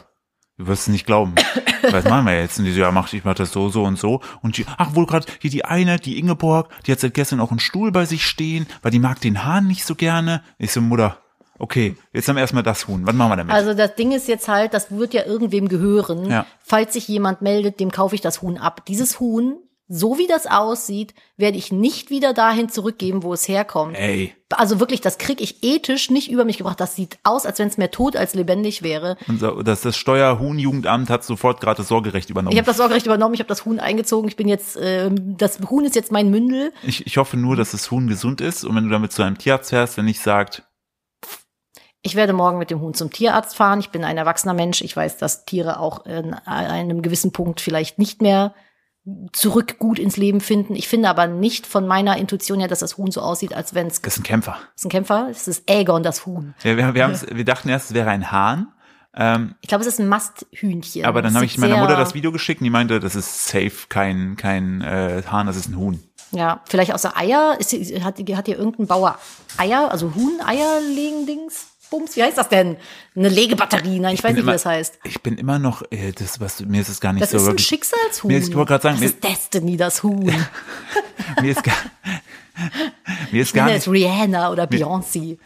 du wirst es nicht glauben. Was machen wir jetzt? Und die so, ja, mach, ich mach das so, so und so. Und die, ach, wohl gerade hier die eine, die Ingeborg, die hat seit gestern auch einen Stuhl bei sich stehen, weil die mag den Hahn nicht so gerne. Ich so, Mutter, okay, jetzt haben wir erstmal das Huhn, was machen wir damit? also das Ding ist jetzt halt, das wird ja irgendwem gehören. Ja. Falls sich jemand meldet, dem kaufe ich das Huhn ab. Dieses Huhn, so wie das aussieht, werde ich nicht wieder dahin zurückgeben, wo es herkommt. Ey. Also wirklich, das kriege ich ethisch nicht über mich gebracht. Das sieht aus, als wenn es mehr tot als lebendig wäre. Unser, das, das Steuerhuhn-Jugendamt hat sofort gerade das Sorgerecht übernommen. Ich Ich, habe das Sorgerecht übernommen, ich habe das Huhn eingezogen, ich bin jetzt, ähm, das Huhn ist jetzt mein Mündel. ich, hoffe nur, dass das Huhn gesund ist und wenn du damit zu einem Tierarzt fährst, der nicht sagt, Ich werde morgen mit dem Huhn zum Tierarzt fahren. Ich bin ein erwachsener Mensch. Ich weiß, dass Tiere auch in einem gewissen Punkt vielleicht nicht mehr zurück gut ins Leben finden. Ich finde aber nicht von meiner Intuition her, dass das Huhn so aussieht, als wenn es das ist ein Kämpfer. ist ein Kämpfer, es ist Ägon, das Huhn. Wir, wir, wir, haben's- wir dachten erst, es wäre ein Hahn, Ich glaube, es ist ein Masthühnchen. aber dann Es habe sieht ich meiner sehr- Mutter das Video geschickt und die meinte, das ist safe kein, kein äh, Hahn, das ist ein Huhn. Ja, vielleicht außer Eier. Ist, die- hat, die- hat hier irgendein Bauer Eier, also Huhn-Eier legen Dings? Bums, wie heißt das denn? Eine Legebatterie, nein, ich, weiß bin nicht, immer, wie das heißt. Ich bin immer noch, äh, das, was, mir ist es gar nicht Das so ist ein wirklich. Schicksalshuhn. Mir ist- ich wollte gerade sagen, das ist Destiny, das Huhn. mir ist gar, mir ist gar Nenn nicht. es Rihanna oder Beyoncé.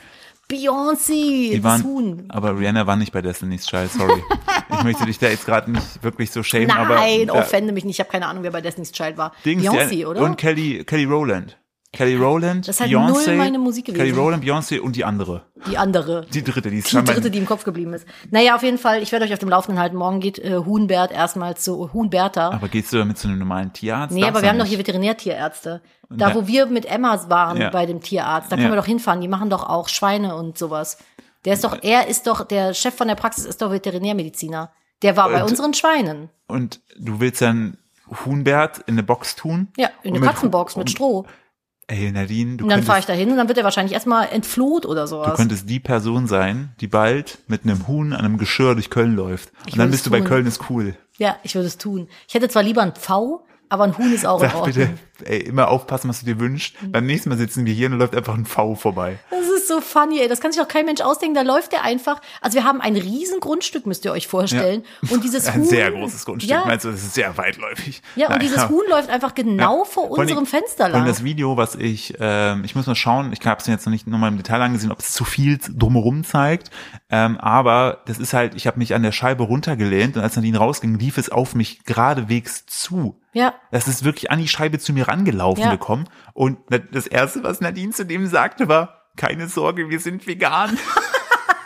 Beyoncé, Die das waren, Huhn. aber Rihanna war nicht bei Destiny's Child, sorry. ich möchte dich da jetzt gerade nicht wirklich so schämen, aber. Nein, da- offende mich nicht. Ich habe keine Ahnung, wer bei Destiny's Child war. Dings, die- Beyoncé, oder? Und Kelly, Kelly Rowland. Kelly Rowland, Das ist halt Beyoncé, null meine Musik gewesen. Kelly Rowland, Beyoncé und die andere. die andere. Die dritte, die ist Die scheinbar- dritte, die im Kopf geblieben ist. Naja, auf jeden Fall, ich werde euch auf dem Laufenden halten. Morgen geht äh, Huhnbert erstmal zu Huhnberta. Aber gehst du damit zu einem normalen Tierarzt? Nee, Darfst aber du wir haben doch nicht. hier Veterinärtierärzte. Da, da- wo wir mit Emma waren Ja. bei dem Tierarzt, da können Ja. wir doch hinfahren. Die machen doch auch Schweine und sowas. Der ist doch, er ist doch, der Chef von der Praxis ist doch Veterinärmediziner. Der war bei Und- unseren Schweinen. Und du willst dann Huhnbert in eine Box tun? Ja, in Und eine Katzenbox mit und- Stroh. Ey, Nadine, du Und dann fahre ich könntest, da hin und dann wird er wahrscheinlich erstmal entfloht oder du sowas. könntest die Person sein, die bald mit einem Huhn an einem Geschirr durch Köln läuft. Und will dann bist du das bei Huhn. Köln ist cool. Ja, ich würde es tun. Ich hätte zwar lieber ein V, aber ein Huhn ist auch in Sag Ordnung. bitte, ey, immer aufpassen, was du dir wünschst. Mhm. Beim nächsten Mal sitzen wir hier und da läuft einfach ein V vorbei. Das ist so funny, ey. Das kann sich doch kein Mensch ausdenken. Da läuft der einfach. Also wir haben ein riesen Grundstück, müsst ihr euch vorstellen. Und dieses Ein Huhn. sehr großes Grundstück. Ja, Meinst du, das ist sehr weitläufig. ja und Nein, dieses aber- Huhn läuft einfach genau Ja. vor Vor allen unserem Dingen- Fenster Und lang. das Video, was ich, ähm, ich muss mal schauen, ich habe es jetzt noch nicht nochmal im Detail angesehen, ob es zu viel drumherum zeigt. Ähm, aber das ist halt, ich habe mich an der Scheibe runtergelehnt und als Nadine rausging, lief es auf mich geradewegs zu. Ja. Das ist wirklich an die Scheibe zu mir rangelaufen Ja. gekommen. Und na- das Erste, was Nadine zu dem sagte, war, keine Sorge, wir sind vegan.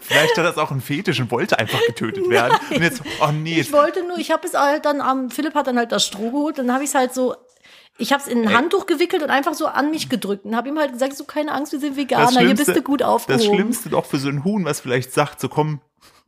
Vielleicht hat das auch ein Fetisch und wollte einfach getötet werden. Und jetzt, oh nee, Ich wollte nur, ich habe es halt dann am, Philipp hat dann halt das Stroh geholt, dann habe ich es halt so, ich habe es in ein Handtuch gewickelt und einfach so an mich gedrückt und habe ihm halt gesagt, so keine Angst, wir sind Veganer, hier bist Schlimmste- du gut aufgehoben. Das Schlimmste doch für so ein Huhn, was vielleicht sagt, so komm,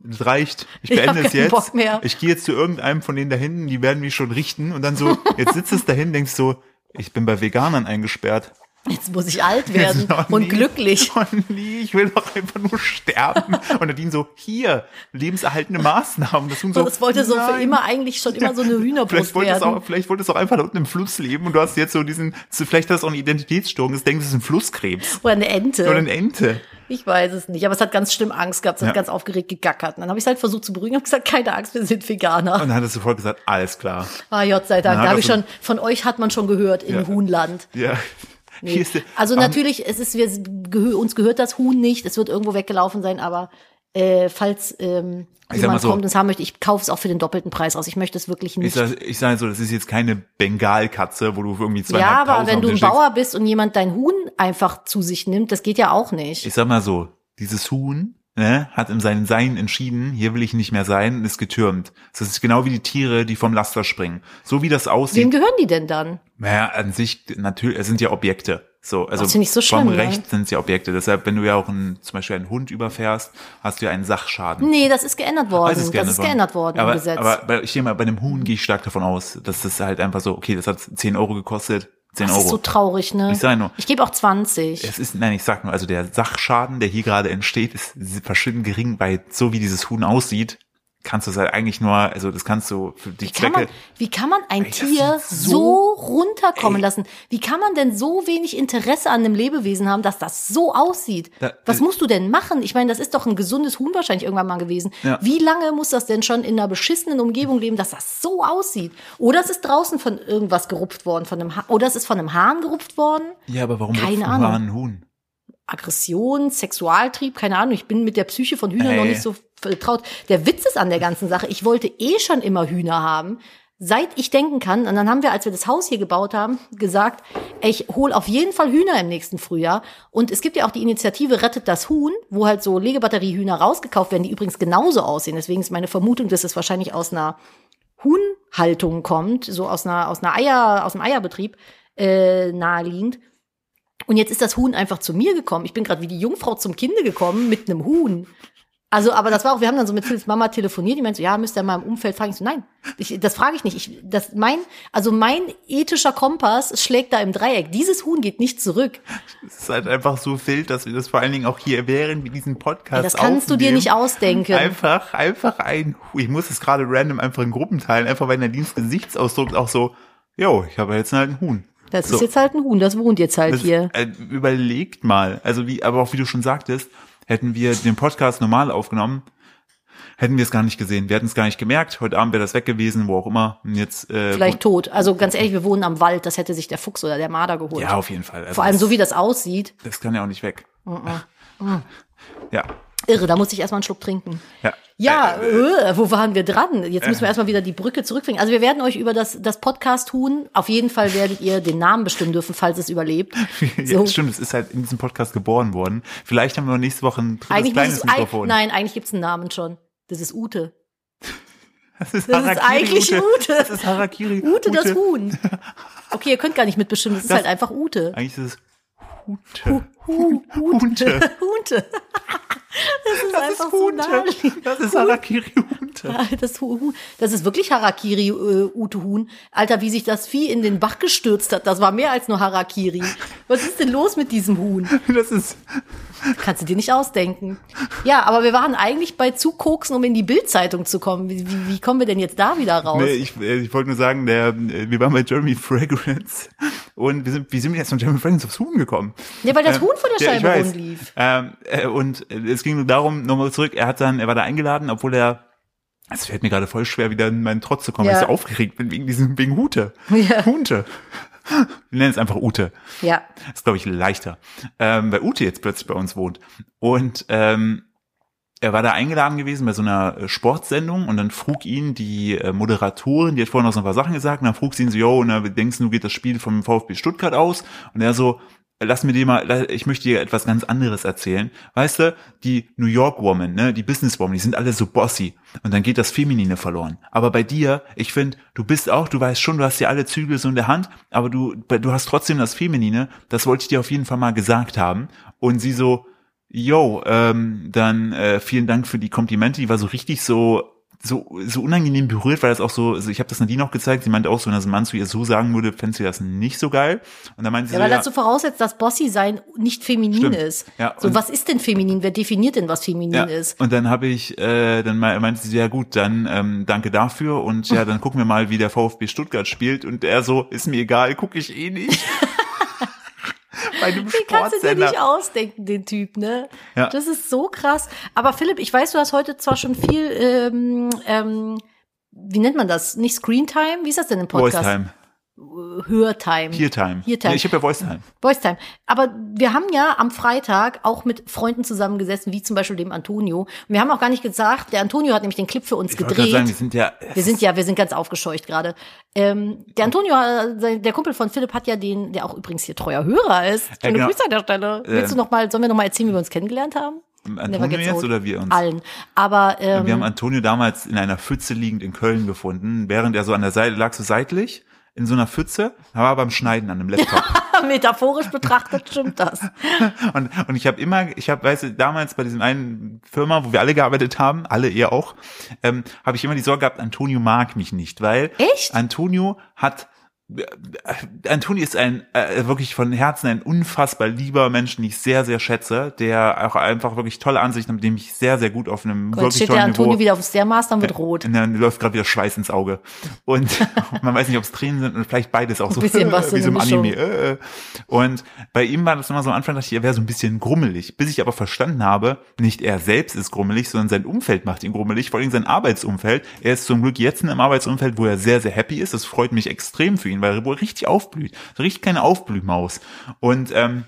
es reicht, ich Ich hab beende es keinen jetzt. Bock mehr. Ich gehe jetzt zu irgendeinem von denen da hinten, die werden mich schon richten und dann so, jetzt sitzt es dahin, denkst so, ich bin bei Veganern eingesperrt. Jetzt muss ich alt werden Oh, nee. und glücklich. Oh nee, ich will doch einfach nur sterben. Und Nadine so, hier, lebenserhaltende Maßnahmen. Das Huhn so, Und es wollte so für nein. immer eigentlich schon immer so eine Vielleicht Hühnerbrust wollte, es werden. auch, vielleicht wollte es auch einfach da unten im Fluss leben und du hast jetzt so diesen, vielleicht hast du auch eine Identitätsstörung, das denkst, es ist ein Flusskrebs Oder eine Ente. oder eine Ente. Ich weiß es nicht, aber es hat ganz schlimm Angst gehabt, es hat Ja. ganz aufgeregt gegackert. Und dann habe ich es halt versucht zu beruhigen, habe gesagt, keine Angst, wir sind Veganer. Und dann hat es sofort gesagt, alles klar. Ah, Gott sei Dank, Na, da habe das ich sind- schon, von euch hat man schon gehört im also Ja. Huhnland. Ja. Nee. Hier ist der- also am- natürlich, es ist, wir, gehö- uns gehört das Huhn nicht, es wird irgendwo weggelaufen sein, aber äh, falls ähm, Ich sag mal jemand so. kommt und es haben möchte, ich kaufe es auch für den doppelten Preis raus. Ich möchte es wirklich Ich nicht. sag, ich sag so, das ist jetzt keine Bengalkatze, wo du irgendwie zwei Ja, aber wenn du ein Bauer bist und jemand dein Huhn einfach zu sich nimmt, das geht ja auch nicht. Ich sag mal so, dieses Huhn ne, hat in seinem Sein entschieden, hier will ich nicht mehr sein und ist getürmt. Das ist genau wie die Tiere, die vom Laster springen. So wie das aussieht, Wem gehören die denn dann? naja, an sich, natürlich, es sind ja Objekte. So, also Das finde ich so vom schlimm, ne? Recht sind es ja Objekte. Deshalb, wenn du ja auch einen, zum Beispiel einen Hund überfährst, hast du ja einen Sachschaden. Nee, das ist geändert worden. Ah, es das ist geändert worden aber, im Gesetz. Aber bei, ich gehe mal, bei einem Huhn gehe ich stark davon aus, dass das halt einfach so, okay, das hat 10 Euro gekostet, 10 das Euro. ist so traurig, ne? Ich sag nur. Ich gebe auch 20. es ist, nein, ich sag nur, also der Sachschaden, der hier gerade entsteht, ist verschwindend gering, weil so wie dieses Huhn aussieht, kannst du es halt eigentlich nur, also das kannst du für die Wie kann, man, Zwecke. wie kann man ein Ey, das Tier sieht so so- runterkommen Ey. lassen? Wie kann man denn so wenig Interesse an einem Lebewesen haben, dass das so aussieht? Da- äh, Was da- musst du denn machen? Ich meine, das ist doch ein gesundes Huhn wahrscheinlich irgendwann mal gewesen. Ja. Wie lange muss das denn schon in einer beschissenen Umgebung leben, dass das so aussieht? Oder es ist draußen von irgendwas gerupft worden, von einem ha oder es ist von einem Hahn gerupft worden? ja, aber warum Keine rupft man Ahnung. ein Huhn? Aggression, Sexualtrieb, keine Ahnung. Ich bin mit der Psyche von Hühnern Ey. noch nicht so vertraut. Der Witz ist an der ganzen Sache. Ich wollte eh schon immer Hühner haben, seit ich denken kann. Und dann haben wir, als wir das Haus hier gebaut haben, gesagt, ey, ich hol auf jeden Fall Hühner im nächsten Frühjahr. Und es gibt ja auch die Initiative Rettet das Huhn, wo halt so Legebatteriehühner rausgekauft werden, die übrigens genauso aussehen. Deswegen ist meine Vermutung, dass es wahrscheinlich aus einer Huhnhaltung kommt, so aus einer, aus einer Eier, aus einem Eierbetrieb, äh, naheliegend. Und jetzt ist das Huhn einfach zu mir gekommen. Ich bin gerade wie die Jungfrau zum Kinde gekommen mit einem Huhn. Also, aber das war auch, wir haben dann so mit Philips Mama telefoniert, die meinte so, ja, müsst ihr mal im Umfeld fragen. Ich so, nein, ich, das frage ich nicht. Ich, das, mein, also mein ethischer Kompass schlägt da im Dreieck. Dieses Huhn geht nicht zurück. Es ist halt einfach so wild, dass wir das vor allen Dingen auch hier während wir diesen Podcast Ey, das kannst du dir aufnehmen. nicht ausdenken. Einfach, einfach ein, ich muss es gerade random einfach in Gruppen teilen, einfach weil Nadines Gesichtsausdruck auch so, yo, ich habe jetzt halt ein Huhn. Das so. ist jetzt halt ein Huhn, das wohnt jetzt halt Das, hier. äh, überlegt mal. Also wie, aber auch wie du schon sagtest, hätten wir den Podcast normal aufgenommen, hätten wir es gar nicht gesehen. Wir hätten es gar nicht gemerkt. Heute Abend wäre das weg gewesen, wo auch immer. Und jetzt äh, Vielleicht tot. Also ganz ehrlich, wir wohnen am Wald, das hätte sich der Fuchs oder der Marder geholt. ja, auf jeden Fall. Also Vor allem das, so wie Mm, das aussieht. das kann ja auch nicht weg. Ja, Irre, da muss ich erstmal einen Schluck trinken. ja. Ja, äh, wo waren wir dran? Jetzt müssen wir erstmal wieder die Brücke zurückfinden. Also wir werden euch über das, das Podcast tun. Auf jeden Fall werdet ihr den Namen bestimmen dürfen, falls es überlebt. Ja, So. stimmt, es ist halt in diesem Podcast geboren worden. Vielleicht haben wir nächste Woche ein drittes Eigentlich muss kleines es, eig- Mikrofon. nein, eigentlich gibt's einen Namen schon. Das ist Ute. das ist, Das ist Harakiri, eigentlich Ute. Das ist Harakiri. Ute, das Huhn. Okay, ihr könnt gar nicht mitbestimmen, das ist Das- halt einfach Ute. Eigentlich ist es Hute. Hu, Hunte. Hunte. Das ist Das einfach ist so Hunte. naheliegend. Das ist Harakiri Hunte. Das, Hu- Huhn. das ist wirklich Harakiri, äh, Ute Huhn. Alter, wie sich das Vieh in den Bach gestürzt hat, das war mehr als nur Harakiri. Was ist denn los mit diesem Huhn? Das ist, Kannst du dir nicht ausdenken. Ja, aber wir waren eigentlich bei Zukoksen, um in die Bildzeitung zu kommen. Wie, wie, wie kommen wir denn jetzt da wieder raus? nee, ich, äh, ich wollte nur sagen, der, äh, wir waren bei Jeremy Fragrance und wir sind, wie sind wir jetzt von Jeremy Fragrance aufs Huhn gekommen? Ja, weil das Huhn von der ich Scheibe weiß. rumlief. Ähm, äh, und äh, es ging nur darum, nochmal zurück, er hat dann, er war da eingeladen, obwohl er, es fällt mir gerade voll schwer, wieder in meinen Trotz zu kommen, Ja. weil ich so aufgeregt bin wegen diesem, wegen Hute. Ja. Hunte. Wir nennen es einfach Ute. Ja. ist, glaube ich, leichter, ähm, weil Ute jetzt plötzlich bei uns wohnt. Und ähm, er war da eingeladen gewesen bei so einer äh, Sportsendung und dann frug ihn die äh, Moderatorin, die hat vorhin noch so ein paar Sachen gesagt, und dann frug sie ihn so, yo, ne, wie denkst du, geht das Spiel vom VfB Stuttgart aus? Und er so, "Äh, lass mir dir mal, la- ich möchte dir etwas ganz anderes erzählen. Weißt du, die New York Woman, ne, die Business Woman, die sind alle so bossy. Und dann geht das Feminine verloren. Aber bei dir, ich finde, du bist auch, du weißt schon, du hast ja alle Zügel so in der Hand, aber du, du hast trotzdem das Feminine. Das wollte ich dir auf jeden Fall mal gesagt haben. Und sie so, yo, ähm, dann äh, vielen Dank für die Komplimente. Die war so richtig so, so, so unangenehm berührt, weil das auch so, also ich habe das Nadine auch gezeigt, sie meinte auch so, wenn das ein Mann zu ihr so sagen würde, fände sie das nicht so geil. Und dann meinte sie Ja, so, weil ja, das so voraussetzt, dass Bossy sein nicht feminin Stimmt. ist. Ja, so, und- was ist denn feminin? Wer definiert denn, was feminin ist? Und dann habe ich, äh, dann me- meinte sie, ja gut, dann ähm, danke dafür und ja, dann gucken wir mal, wie der VfB Stuttgart spielt. Und er so, ist mir egal, gucke ich eh nicht. Bei einem Den kannst du dir nicht Sportsender. ausdenken, den Typ, ne? Ja. Das ist so krass. Aber Philipp, ich weiß, du hast heute zwar schon viel, ähm, ähm, wie nennt man das? Nicht Screentime? Wie ist das denn im Voice Podcast? Time, Hörtime. Peer Time. Peer Time. Nee, ich habe ja Voice Time. Voice Time. Aber wir haben ja am Freitag auch mit Freunden zusammengesessen, wie zum Beispiel dem Antonio. Und wir haben auch gar nicht gesagt, der Antonio hat nämlich den Clip für uns Ich wollte gerade gedreht. sagen, wir sind ja, äh, Wir sind ja, wir sind ganz aufgescheucht gerade. Ähm, der Antonio, äh, sein- der Kumpel von Philipp hat ja den, der auch übrigens hier treuer Hörer ist. Schöne genau. Grüße an der Stelle. Willst du Ähm. noch mal, sollen wir noch mal erzählen, wie wir uns kennengelernt haben? Never Antonio gets jetzt old. oder wir uns? Allen. Aber ähm, Wir haben Antonio damals in einer Pfütze liegend in Köln gefunden, während er so an der Seite lag, so seitlich in so einer Pfütze, war beim Schneiden an einem Laptop. metaphorisch betrachtet stimmt das. Und, und ich habe immer, ich habe, weißt du, damals bei diesem einen Firma, wo wir alle gearbeitet haben, alle ihr auch, ähm, habe ich immer die Sorge gehabt, Antonio mag mich nicht, weil Echt? Antonio hat äh, Antonio ist ein äh, wirklich von Herzen ein unfassbar lieber Mensch, den ich sehr, sehr schätze, der auch einfach wirklich tolle Ansichten, hat, mit dem ich sehr, sehr gut auf einem Und jetzt wirklich steht tollen der Antonio Niveau wieder auf Stairmaster mit Rot. und dann läuft gerade wieder Schweiß ins Auge. Und man weiß nicht, ob es Tränen sind und vielleicht beides auch so. Ein bisschen was, so wie so im eine Mischung. Anime. äh, äh. Und bei ihm war das immer so am Anfang, dachte ich, er wäre so ein bisschen grummelig. Bis ich aber verstanden habe, nicht er selbst ist grummelig, sondern sein Umfeld macht ihn grummelig, vor allem sein Arbeitsumfeld. Er ist zum Glück jetzt in einem Arbeitsumfeld, wo er sehr, sehr happy ist. Das freut mich extrem für ihn, weil er wohl richtig aufblüht. So richtig keine Aufblühmaus. Und ähm,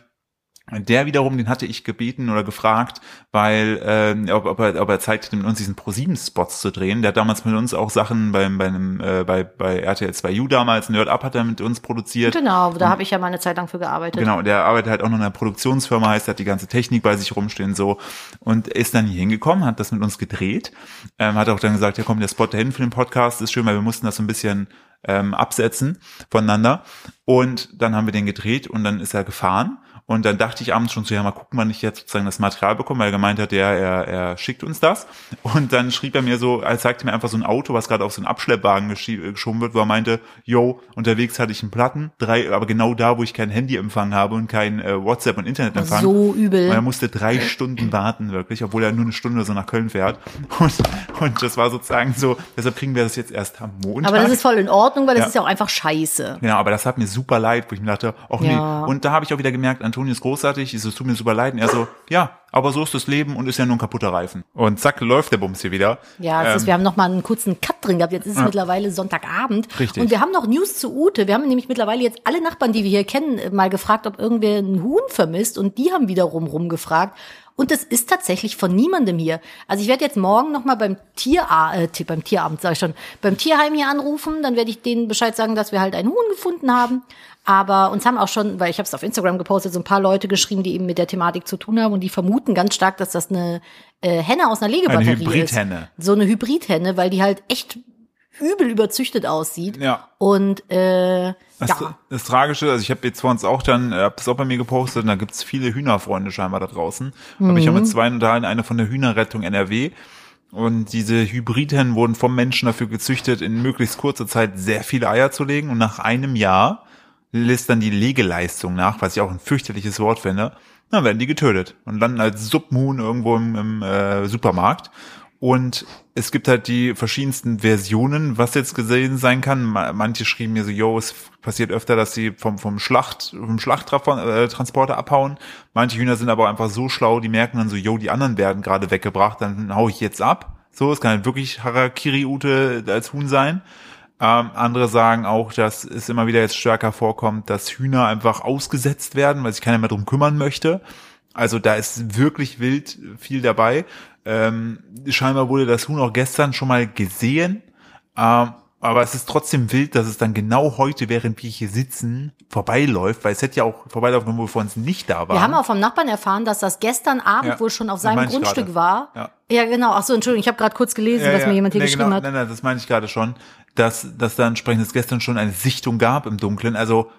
der wiederum, den hatte ich gebeten oder gefragt, weil ähm, ob, ob, er, ob er Zeit hätte, mit uns diesen ProSieben-Spots zu drehen. Der hat damals mit uns auch Sachen beim, bei, einem, äh, bei, bei RTL 2U damals, Nerd Up hat er mit uns produziert. Genau, da habe ich ja mal eine Zeit lang für gearbeitet. Genau, der arbeitet halt auch noch in einer Produktionsfirma, heißt, er hat die ganze Technik bei sich rumstehen so und ist dann hier hingekommen, hat das mit uns gedreht, ähm, hat auch dann gesagt, ja komm, der Spot dahin für den Podcast ist schön, weil wir mussten das so ein bisschen ähm, absetzen voneinander und dann haben wir den gedreht und dann ist er gefahren und dann dachte ich abends schon so, ja mal gucken, wann ich jetzt sozusagen das Material bekomme, weil er gemeint hat, ja, er, er schickt uns das und dann schrieb er mir so, er zeigte mir einfach so ein Auto, was gerade auf so einen Abschleppwagen geschie- äh, geschoben wird, wo er meinte, yo, unterwegs hatte ich einen Platten, drei, aber genau da, wo ich kein Handyempfang habe und kein äh, WhatsApp und Internetempfang. So Und übel. er musste drei Stunden warten, wirklich, obwohl er nur eine Stunde so nach Köln fährt. Und, und das war sozusagen so, deshalb kriegen wir das jetzt erst am Montag. Aber das ist voll in Ordnung, weil das Ja. ist ja auch einfach scheiße. Genau, aber das hat mir super leid, wo ich mir dachte, ach nee. Ja. Und da habe ich auch wieder gemerkt, Antonio ist großartig, es tut mir super leid. Und er so, ja, aber so ist das Leben und ist ja nur ein kaputter Reifen. Und zack, läuft der Bums hier wieder. Ähm, Ja, es ist, wir haben noch mal einen kurzen Cut drin gehabt. Jetzt ist es mittlerweile Sonntagabend. Richtig. Und wir haben noch News zu Ute. Wir haben nämlich mittlerweile jetzt alle Nachbarn, die wir hier kennen, äh, mal gefragt, ob irgendwer ein Huhn vermisst. Und die haben wiederum rumgefragt. Und das ist tatsächlich von niemandem hier. Also ich werde jetzt morgen noch mal beim Tier äh, Ti- beim Tieramt sag ich schon, beim Tierheim hier anrufen. Dann werde ich denen Bescheid sagen, dass wir halt ein Huhn gefunden haben. Aber uns haben auch schon, weil ich habe es auf Instagram gepostet, so ein paar Leute geschrieben, die eben mit der Thematik zu tun haben und die vermuten ganz stark, dass das eine äh, Henne aus einer Legebatterie ist. Hybridhenne. So eine Hybridhenne, weil die halt echt übel überzüchtet aussieht. Ja. Und äh, Das, ja. das Tragische, also ich habe jetzt vor uns auch dann, äh, hab das auch bei mir gepostet, und da gibt's viele Hühnerfreunde scheinbar da draußen. Habe ich auch Mhm. mit zwei unterhalten, eine von der Hühnerrettung NRW. Und diese Hybridhennen wurden vom Menschen dafür gezüchtet, in möglichst kurzer Zeit sehr viele Eier zu legen. Und nach einem Jahr listern die Legeleistung nach, was ich auch ein fürchterliches Wort finde, dann werden die getötet und landen als Submoon irgendwo im, im äh, Supermarkt. Und es gibt halt die verschiedensten Versionen, was jetzt gesehen sein kann. Ma- Manche schrieben mir so, yo, es passiert öfter, dass sie vom, vom Schlacht, vom Schlachttransporter abhauen. Manche Hühner sind aber einfach so schlau, die merken dann so, yo, die anderen werden gerade weggebracht, dann hau ich jetzt ab. So, es kann halt wirklich Harakiri-Ute als Huhn sein. Ähm, andere sagen auch, dass es immer wieder jetzt stärker vorkommt, dass Hühner einfach ausgesetzt werden, weil sich keiner mehr drum kümmern möchte. Also da ist wirklich wild viel dabei. Ähm, scheinbar wurde das Huhn auch gestern schon mal gesehen. Ähm, aber es ist trotzdem wild, dass es dann genau heute, während wir hier sitzen, vorbeiläuft, weil es hätte ja auch vorbeilaufen können, bevor es nicht da war. Wir haben auch vom Nachbarn erfahren, dass das gestern Abend Ja, wohl schon auf das seinem meine ich Grundstück gerade. war. Ja. ja genau. Ach so, Entschuldigung, ich habe gerade kurz gelesen, was mir jemand hier nee, geschrieben genau, hat. Nein, nein, das meine ich gerade schon, dass, dass da entsprechend es gestern schon eine Sichtung gab im Dunkeln. Also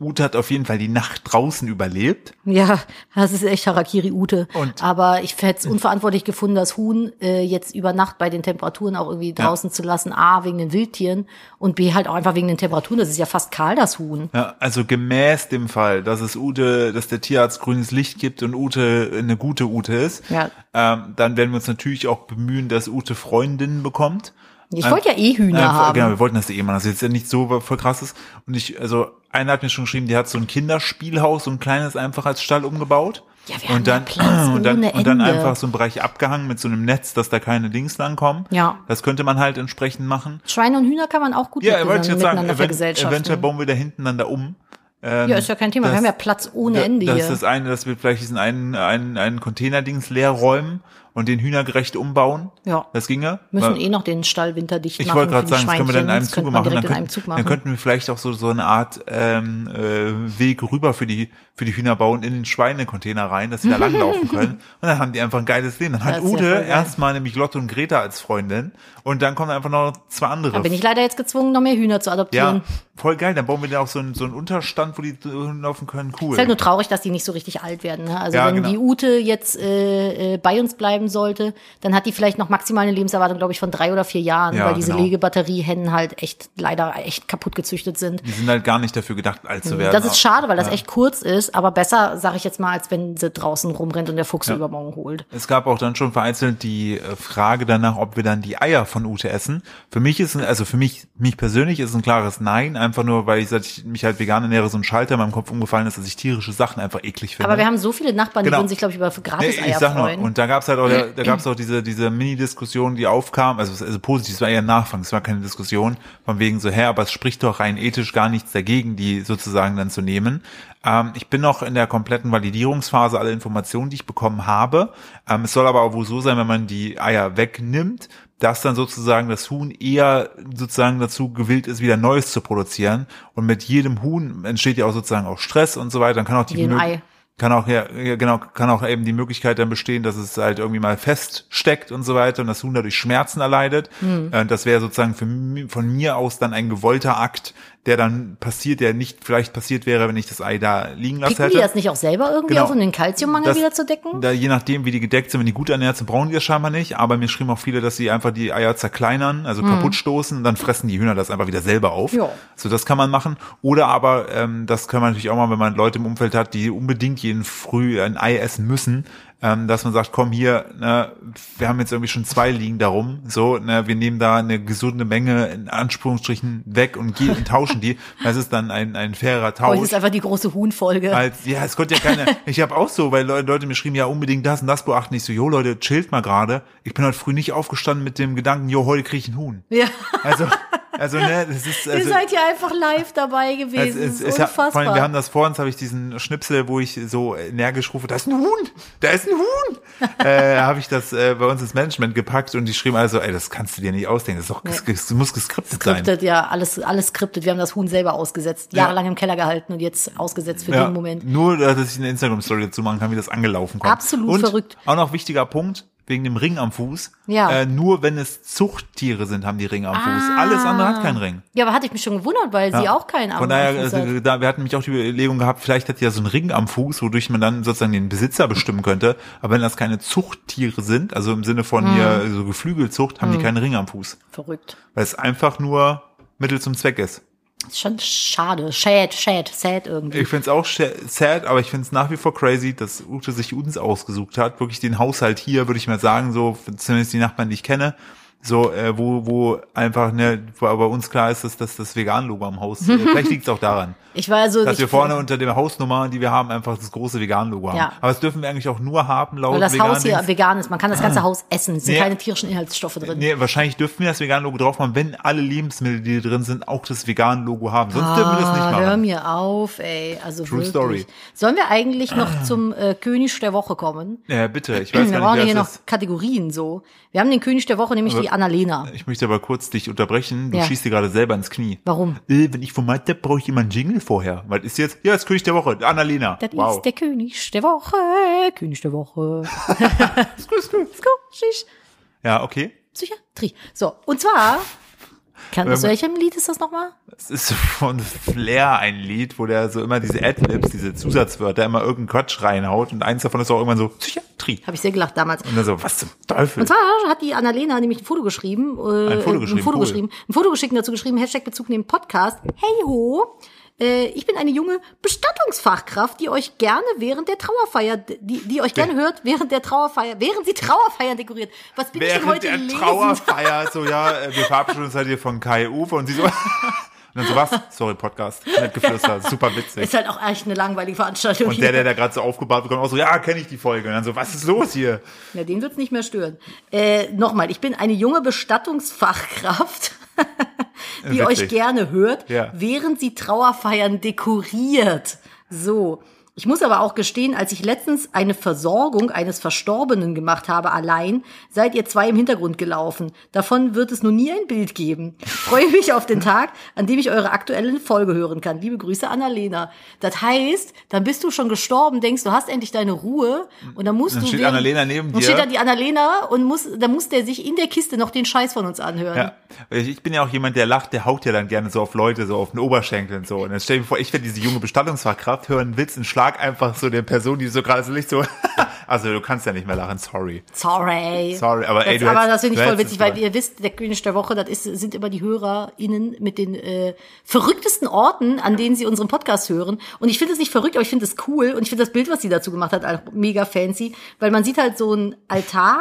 Ute hat auf jeden Fall die Nacht draußen überlebt. Ja, das ist echt Harakiri-Ute. Und- Aber ich hätte es unverantwortlich gefunden, das Huhn äh, jetzt über Nacht bei den Temperaturen auch irgendwie draußen zu lassen. A, wegen den Wildtieren und B, halt auch einfach wegen den Temperaturen. Das ist ja fast kahl, das Huhn. Ja, also gemäß dem Fall, dass es Ute, dass der Tierarzt grünes Licht gibt und Ute eine gute Ute ist, Ja. ähm, dann werden wir uns natürlich auch bemühen, dass Ute Freundinnen bekommt. Ich wollte ja eh Hühner Ja, haben. Genau, wir wollten das eh machen. Das ist jetzt nicht so voll krasses. Und ich, also einer hat mir schon geschrieben, die hat so ein Kinderspielhaus, so ein kleines einfach als Stall umgebaut. Ja, wir haben und dann, ja Platz und dann, ohne und dann Ende. einfach so einen Bereich abgehangen mit so einem Netz, dass da keine Dings langkommen. Ja. Das könnte man halt entsprechend machen. Schweine und Hühner kann man auch gut Ja, miteinander- wollte ich jetzt sagen, miteinander event, vergesellschaften. eventuell bauen wir da hinten dann da um. Ähm, ja, ist ja kein Thema. wir das- haben ja Platz ohne da- Ende das hier. ist äh, das eine, dass wir vielleicht diesen einen, einen, einen Containerdings leer räumen und den hühnergerecht umbauen. Ja. Das ginge. Müssen Weil- eh noch den Stall winterdicht ich machen. wollte gerade für die sagen, das können wir dann in Schweinchen. einem Das Zuge könnte man machen. Dann, direkt in könnten- einem Zug machen. dann könnten wir vielleicht auch so, so eine Art ähm, äh, Weg rüber für die, für die Hühner bauen in den Schweinecontainer rein, dass sie da langlaufen können. Und dann haben die einfach ein geiles Leben. Dann hat Das ist ja voll Ute geil. erstmal nämlich Lotte und Greta als Freundin und dann kommen einfach noch zwei andere. da bin ich leider jetzt gezwungen, noch mehr Hühner zu adoptieren. ja, voll geil. Dann bauen wir da auch so einen, so einen Unterstand, wo die drin laufen können. Cool. Ist halt nur traurig, dass die nicht so richtig alt werden. Ne? Also Ja, wenn genau. die Ute jetzt äh, äh, bei uns bleiben sollte, dann hat die vielleicht noch maximal eine Lebenserwartung, glaube ich, von drei oder vier Jahren, Ja, weil diese genau. Legebatteriehennen halt echt leider echt kaputt gezüchtet sind. Die sind halt gar nicht dafür gedacht, alt zu werden. Hm. Das ist schade, weil das echt kurz ist, aber besser, sage ich jetzt mal, als wenn sie draußen rumrennt und der Fuchs sie übermorgen holt. Es gab auch dann schon vereinzelt die äh, Frage danach, ob wir dann die Eier von Ute essen. Für mich ist, ein- also für mich, mich persönlich ist ein klares Nein, einfach nur, weil ich, seit ich mich halt vegan ernähre, so ein Schalter in meinem Kopf umgefallen ist, dass ich tierische Sachen einfach eklig finde. Aber wir haben so viele Nachbarn, Genau. die würden sich, glaube ich, über Gratis-Eier Nee, ich sag freuen. nur, und da gab's halt auch, da gab's auch diese, diese Mini-Diskussion, die aufkam, also, also positiv, es war eher ein Nachfang, es war keine Diskussion, von wegen so, hä, aber es spricht doch rein ethisch gar nichts dagegen, die sozusagen dann zu nehmen. Ähm, ich bin noch in der kompletten Validierungsphase aller Informationen, die ich bekommen habe. Ähm, es soll aber auch wohl so sein, wenn man die Eier wegnimmt, dass dann sozusagen das Huhn eher sozusagen dazu gewillt ist, wieder Neues zu produzieren. Und mit jedem Huhn entsteht ja auch sozusagen auch Stress und so weiter. Dann kann auch die Jedem Mö- Ei. kann auch ja, ja genau kann auch eben die Möglichkeit dann bestehen, dass es halt irgendwie mal feststeckt und so weiter und das Huhn dadurch Schmerzen erleidet. Hm. Äh, Das wäre sozusagen für, mi- von mir aus dann ein gewollter Akt, der dann passiert, der nicht vielleicht passiert wäre, wenn ich das Ei da liegen lassen Picken hätte. die das nicht auch selber irgendwie Genau. auf, um den Kalziummangel Das- wieder zu decken? Da, je nachdem, wie die gedeckt sind, wenn die gut ernährt sind, brauchen die das scheinbar nicht. Aber mir schrieben auch viele, dass sie einfach die Eier zerkleinern, also kaputt stoßen, und dann fressen die Hühner das einfach wieder selber auf. Mhm. Ja. So, das kann man machen. Oder aber, ähm, das kann man natürlich auch machen, wenn man Leute im Umfeld hat, die unbedingt jeden Früh ein Ei essen müssen, ähm, dass man sagt, komm hier, ne, wir haben jetzt irgendwie schon zwei liegen darum, so, ne, wir nehmen da eine gesunde Menge in Anführungsstrichen weg und, gehen, und tauschen die. Das ist dann ein, ein fairer Tausch. Heute Oh, ist einfach die große Huhnfolge. Als, ja, es konnte ja keiner. ich habe auch so, weil Le- Leute mir schrieben, ja, unbedingt das und das beachten. Ich so, jo, Leute, chillt mal gerade. Ich bin heute früh nicht aufgestanden mit dem Gedanken, jo, heute krieg ich einen Huhn. Ja. Also, also, ne, das ist, also, Ihr seid ja einfach live dabei es, gewesen. es, es, das ist vor unfassbar. allem, wir haben das vor uns, habe ich diesen Schnipsel, wo ich so energisch rufe, da ist ein Huhn, da ist ein Huhn, äh, habe ich das äh, bei uns ins Management gepackt und die schrieben also, ey, das kannst du dir nicht ausdenken, das ist doch, ges- ges- muss geskriptet sein. Skriptet, ja, alles, alles skriptet. Wir haben das Huhn selber ausgesetzt, Ja. jahrelang im Keller gehalten und jetzt ausgesetzt für den Moment. Nur, dass ich eine Instagram-Story dazu machen kann, wie das angelaufen kommt. Absolut und verrückt. Auch noch wichtiger Punkt, wegen dem Ring am Fuß. Ja. Äh, nur wenn es Zuchttiere sind, haben die Ringe am Fuß. Alles andere hat keinen Ring. Ja, aber hatte ich mich schon gewundert, weil sie Ja. auch keinen Arm Von daher, am Fuß also, hat. da, wir hatten nämlich auch die Überlegung gehabt, vielleicht hat die ja so einen Ring am Fuß, wodurch man dann sozusagen den Besitzer bestimmen könnte. Aber wenn das keine Zuchttiere sind, also im Sinne Hm. von hier so Geflügelzucht, haben die keinen Ring am Fuß. Verrückt. Weil es einfach nur Mittel zum Zweck ist. Ist schon schade. Sad, sad, sad irgendwie. Ich finde es auch scha- sad, aber ich finde es nach wie vor crazy, dass Ute sich uns ausgesucht hat. Wirklich den Haushalt hier, würde ich mal sagen, so zumindest die Nachbarn, die ich kenne, so äh, wo wo einfach ne, wo bei uns klar ist, dass, dass das Vegan-Logo am Haus. Äh, vielleicht liegt es auch daran, Ich war also. dass ich, wir vorne unter der Hausnummer, die wir haben, einfach das große Vegan-Logo haben. Ja. Aber das dürfen wir eigentlich auch nur haben laut weil das Haus hier Vegan-Dings. vegan ist. Man kann das ganze Haus essen. Es sind Nee. keine tierischen Inhaltsstoffe drin. Nee, wahrscheinlich dürften wir das Vegan-Logo drauf machen, wenn alle Lebensmittel, die drin sind, auch das Vegan-Logo haben. Sonst dürfen wir das nicht Ah, machen. hör mir auf, ey. Also True wirklich. story. Sollen wir eigentlich noch zum äh, König der Woche kommen? Ja, bitte, ich weiß Wir gar brauchen nicht, hier wer noch das ist. Kategorien so. Wir haben den König der Woche, nämlich Aber- die Annalena. Ich möchte aber kurz dich unterbrechen. Du Ja. schießt dir gerade selber ins Knie. Warum? Äh, wenn ich Format habe, brauche ich immer einen Jingle vorher. Was ist jetzt? Ja, das König der Woche, Annalena. Das wow. ist der König der Woche. König der Woche. König ja, okay. Psychiatrie. So, und zwar, kann, aus Ähm, welchem Lied ist das nochmal? Es ist von Flair ein Lied, wo der so immer diese Adlibs, diese Zusatzwörter, immer irgendeinen Quatsch reinhaut. Und eins davon ist auch irgendwann so Psychiatrie. Habe ich sehr gelacht damals. Und dann so, was zum Teufel? Und zwar hat die Annalena nämlich ein Foto geschrieben. Äh, Ein Foto Ein geschrieben, Foto cool. geschrieben. Ein Foto geschickt und dazu geschrieben, Hashtag Bezug nehmen Podcast. Hey ho. Äh, Ich bin eine junge Bestattungsfachkraft, die euch gerne während der Trauerfeier, die, die euch gerne hört, während der Trauerfeier, während sie Trauerfeier dekoriert. Was bin ich denn Während heute der lesend? Trauerfeier, so ja, äh, wir verabschieden uns halt hier von Kai Uwe und sie so. Und dann so, was? Sorry, Podcast. Nett geflüstert. Super witzig. Ist halt auch echt eine langweilige Veranstaltung. Und der, der da gerade so aufgebaut bekommt, auch so, ja, kenne ich die Folge. Und dann so, was ist los hier? Ja, den wird's nicht mehr stören. Äh, Nochmal, ich bin eine junge Bestattungsfachkraft, die Äh, Witzig. euch gerne hört, Ja. während sie Trauerfeiern dekoriert. So. Ich muss aber auch gestehen, als ich letztens eine Versorgung eines Verstorbenen gemacht habe allein, seid ihr zwei im Hintergrund gelaufen. Davon wird es nur nie ein Bild geben. Freue mich auf den Tag, an dem ich eure aktuellen Folge hören kann. Liebe Grüße, Annalena. Das heißt, dann bist du schon gestorben, denkst, du hast endlich deine Ruhe und dann musst Dann du steht während- Annalena neben Dann dir. steht da die Annalena und muss, da muss der sich in der Kiste noch den Scheiß von uns anhören. Ja. Ich ich bin ja auch jemand, der lacht, der haut ja dann gerne so auf Leute, so auf den Oberschenkel und so. Und dann stell dir vor, ich werde diese junge Bestattungsfachkraft, hören einen Witz und schlag einfach so der Person, die so gerade so nicht so, also du kannst ja nicht mehr lachen, sorry. Sorry. Sorry, aber ey, das, du aber hättest- das finde ich du voll hättest witzig, es weil gemacht. ihr wisst, der König der Woche, das ist, sind immer die HörerInnen mit den äh, verrücktesten Orten, an denen sie unseren Podcast hören. Und ich finde es nicht verrückt, aber ich finde es cool und ich finde das Bild, was sie dazu gemacht hat, auch mega fancy, weil man sieht halt so einen Altar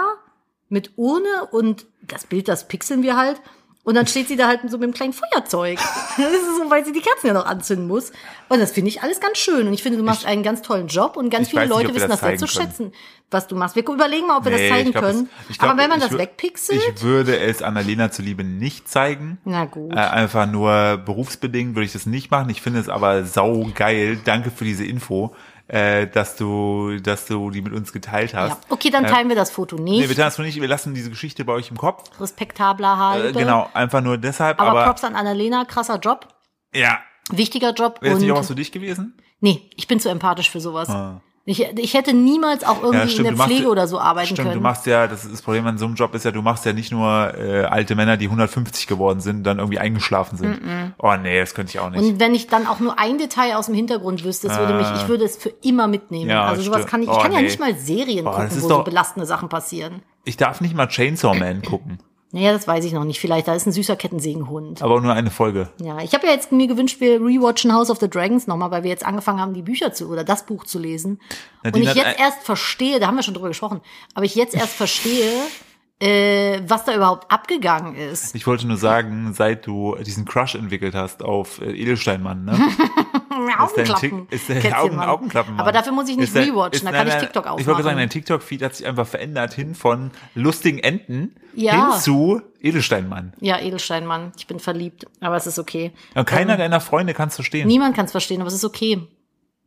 mit Urne und das Bild, das pixeln wir halt. Und dann steht sie da halt so mit einem kleinen Feuerzeug. Das ist so, weil sie die Kerzen ja noch anzünden muss. Und das finde ich alles ganz schön. Und ich finde, du machst einen ganz tollen Job und ganz ich viele weiß nicht, Leute ob wir wissen das das sehr zu zeigen schätzen, was du machst. Wir überlegen mal, ob wir Nee, das zeigen ich glaub, können. das- ich glaub, Aber wenn man ich das wür- wegpixelt, Ich würde es Annalena zuliebe nicht zeigen. Na gut. Äh, einfach nur berufsbedingt würde ich das nicht machen. Ich finde es aber sau geil. Danke für diese Info, äh, dass du, dass du die mit uns geteilt hast. ja. okay, dann teilen wir das Foto äh, Nee, wir nicht. teilen es nur nicht. Wir lassen diese Geschichte bei euch im Kopf. Respektabler halbe. Äh, genau, einfach nur deshalb. Aber, Aber, Props an Annalena, krasser Job, ja, wichtiger Job. wäre es nicht auch und- was für dich gewesen? nee, ich bin zu empathisch für sowas. Ich, ich hätte niemals auch irgendwie Ja, stimmt. in du der machst- Pflege oder so arbeiten stimmt, können. Du machst ja, das, ist das Problem an so einem Job ist ja, du machst ja nicht nur äh, alte Männer, die 150 geworden sind, dann irgendwie eingeschlafen sind. Oh nee, das könnte ich auch nicht. und wenn ich dann auch nur ein Detail aus dem Hintergrund wüsste, das würde mich, ich würde es für immer mitnehmen. Ah. Ja, also sowas stimmt. kann ich, ich Oh, kann ja nee. nicht mal Serien Boah, das gucken, ist wo so doch- belastende Sachen passieren. ich darf nicht mal Chainsaw Man gucken, Naja, das weiß ich noch nicht. Vielleicht, da ist ein süßer Kettensägenhund. aber auch nur eine Folge. Ja, ich habe ja jetzt mir gewünscht, wir rewatchen House of the Dragons nochmal, weil wir jetzt angefangen haben, die Bücher zu oder das Buch zu lesen. Nadine und ich hat jetzt ein- erst verstehe, da haben wir schon drüber gesprochen, aber ich jetzt erst verstehe, äh, was da überhaupt abgegangen ist. Ich wollte nur sagen, seit du diesen Crush entwickelt hast auf äh, Edelsteinmann, ne? Ist dein Tick- Augenklappen. Ist dein Kätzchen, Augen, Mann. Augenklappen. Aber dafür muss ich nicht Ist dein- rewatchen, da nein, kann ich nein, TikTok Ich wollte sagen, dein ausmachen. TikTok-Feed hat sich einfach verändert hin von lustigen Enten Ja. hin zu Edelsteinmann. Ja, Edelsteinmann, ich bin verliebt, aber es ist okay. Und keiner Ähm, deiner Freunde kann es verstehen. Niemand kann es verstehen, aber es ist okay.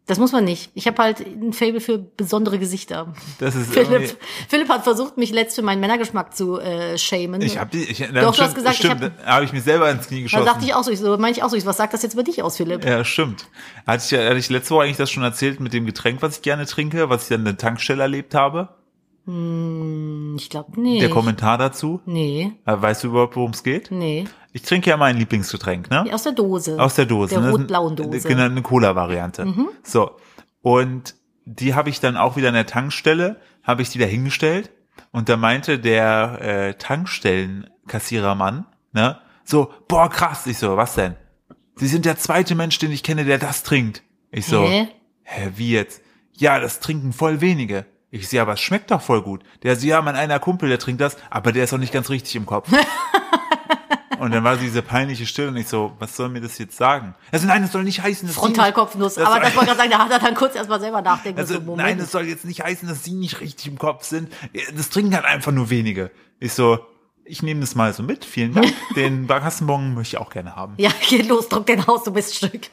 Das muss man nicht. Ich habe halt ein Fable für besondere Gesichter. Das ist irgendwie- Philipp, Philipp hat versucht, mich letzt für meinen Männergeschmack zu äh, shamen. Ich habe die. Ich, Doch, hast gesagt, ich stimmt, habe hab ich mir selber ins Knie Da geschossen. dachte ich auch so, ich so, meine ich auch so, ich, was sagt das jetzt über dich aus, Philipp? ja, stimmt. Hatte ich, ja- hatte ich letzte Woche eigentlich das schon erzählt mit dem Getränk, was ich gerne trinke, was ich an der Tankstelle erlebt habe? Hm, Ich glaube, nee. Der Kommentar dazu. Nee, Äh, Weißt du überhaupt, worum es geht? nee. Ich trinke ja mein Lieblingsgetränk, ne? Aus der Dose. Aus der Dose. Der ne? rot-blauen Eine- Dose. Mhm. Genau, eine Cola-Variante. So. Und die habe ich dann auch wieder an der Tankstelle, habe ich die da hingestellt. Und da meinte der äh, Tankstellenkassierermann, ne, so, boah, krass. Ich so, was denn? Sie sind der zweite Mensch, den ich kenne, der das trinkt. Ich so, Hä? hä, wie jetzt? Ja, das trinken voll wenige. Ich sehe, aber es schmeckt doch voll gut. Der so, ja, mein einer Kumpel, der trinkt das, aber der ist doch nicht ganz richtig im Kopf. und dann war diese peinliche Stille und ich so, was soll mir das jetzt sagen? Also nein, das soll nicht heißen, dass sie nicht- Frontalkopfnuss. das- Aber das wollte ich gerade sagen, da hat er dann kurz erstmal selber nachdenken. also so, Moment. nein, es soll jetzt nicht heißen, dass sie nicht richtig im Kopf sind. Das trinken halt einfach nur wenige. Ich so, ich nehme das mal so mit. Vielen Dank. Den Kassenbon möchte ich auch gerne haben. ja, geh los, druck den aus, du bist Stück.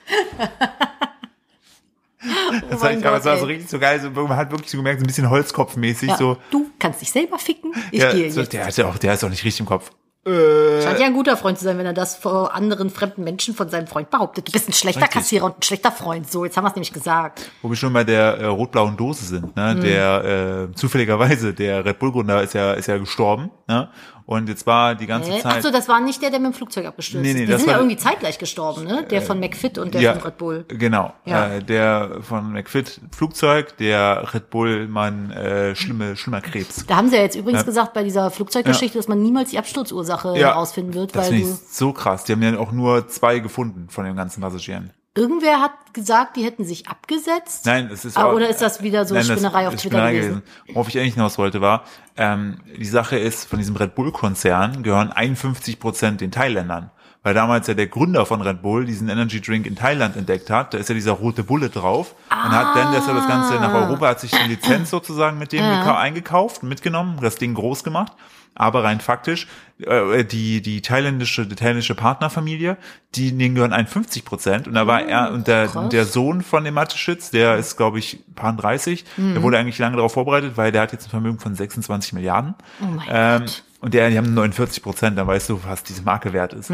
Oh das mein war, ich, aber Gott, es war so ey. richtig so geil. So, man hat wirklich so gemerkt, so ein bisschen holzkopfmäßig. Ja, So, du kannst dich selber ficken. Ich ja, gehe so, jetzt. der, hat ja auch, der ist auch nicht richtig im Kopf. Scheint ja ein guter Freund zu sein, wenn er das vor anderen fremden Menschen von seinem Freund behauptet. Du bist ein schlechter Richtig. Kassierer und ein schlechter Freund. So, jetzt haben wir es nämlich gesagt. Wo wir schon bei der äh, rot-blauen Dose sind, ne? Mhm. Der äh, zufälligerweise, der Red Bull-Gründer ist ja, ist ja gestorben. Ne? Und jetzt war die ganze Äh, Zeit. Achso, das war nicht der, der mit dem Flugzeug abgestürzt Nee, ist. nee, Die das sind ja war- Äh, irgendwie zeitgleich gestorben, ne? Der von McFit und der von Red Bull. Genau. Ja. Äh, der von McFit Flugzeug, der Red Bull Mann äh, schlimme, schlimmer Krebs. Da haben sie ja jetzt übrigens gesagt bei dieser Flugzeuggeschichte, dass man niemals die Absturzursache Ja. herausfinden wird, Das weil finde du, ich so krass. Die haben ja auch nur zwei gefunden von den ganzen Passagieren. irgendwer hat gesagt, die hätten sich abgesetzt. Nein, es ist Ah, auch- oder ist das wieder so Nein, das Spinnerei auf ist Twitter Spinnerei gewesen? Worauf ich eigentlich hinaus wollte war, ähm, die Sache ist, von diesem Red Bull Konzern gehören 51 Prozent den Thailändern. Weil damals ja der Gründer von Red Bull diesen Energy Drink in Thailand entdeckt hat, da ist ja dieser rote Bulle drauf und hat dann deshalb das Ganze nach Ah. Europa, hat sich die Lizenz sozusagen mit dem gekau- eingekauft, mitgenommen, das Ding groß gemacht. Aber rein faktisch, äh, die, die thailändische, die thailändische Partnerfamilie, die, denen gehören 51 Prozent. Und da war er, und der, Ah, krass. der Sohn von dem Mateschitz, der ist, glaube ich, paar 30, Mhm. der wurde eigentlich lange darauf vorbereitet, weil der hat jetzt ein Vermögen von 26 Milliarden. Oh mein Gott. Und der, die haben 49 Prozent, dann weißt du, was diese Marke wert ist.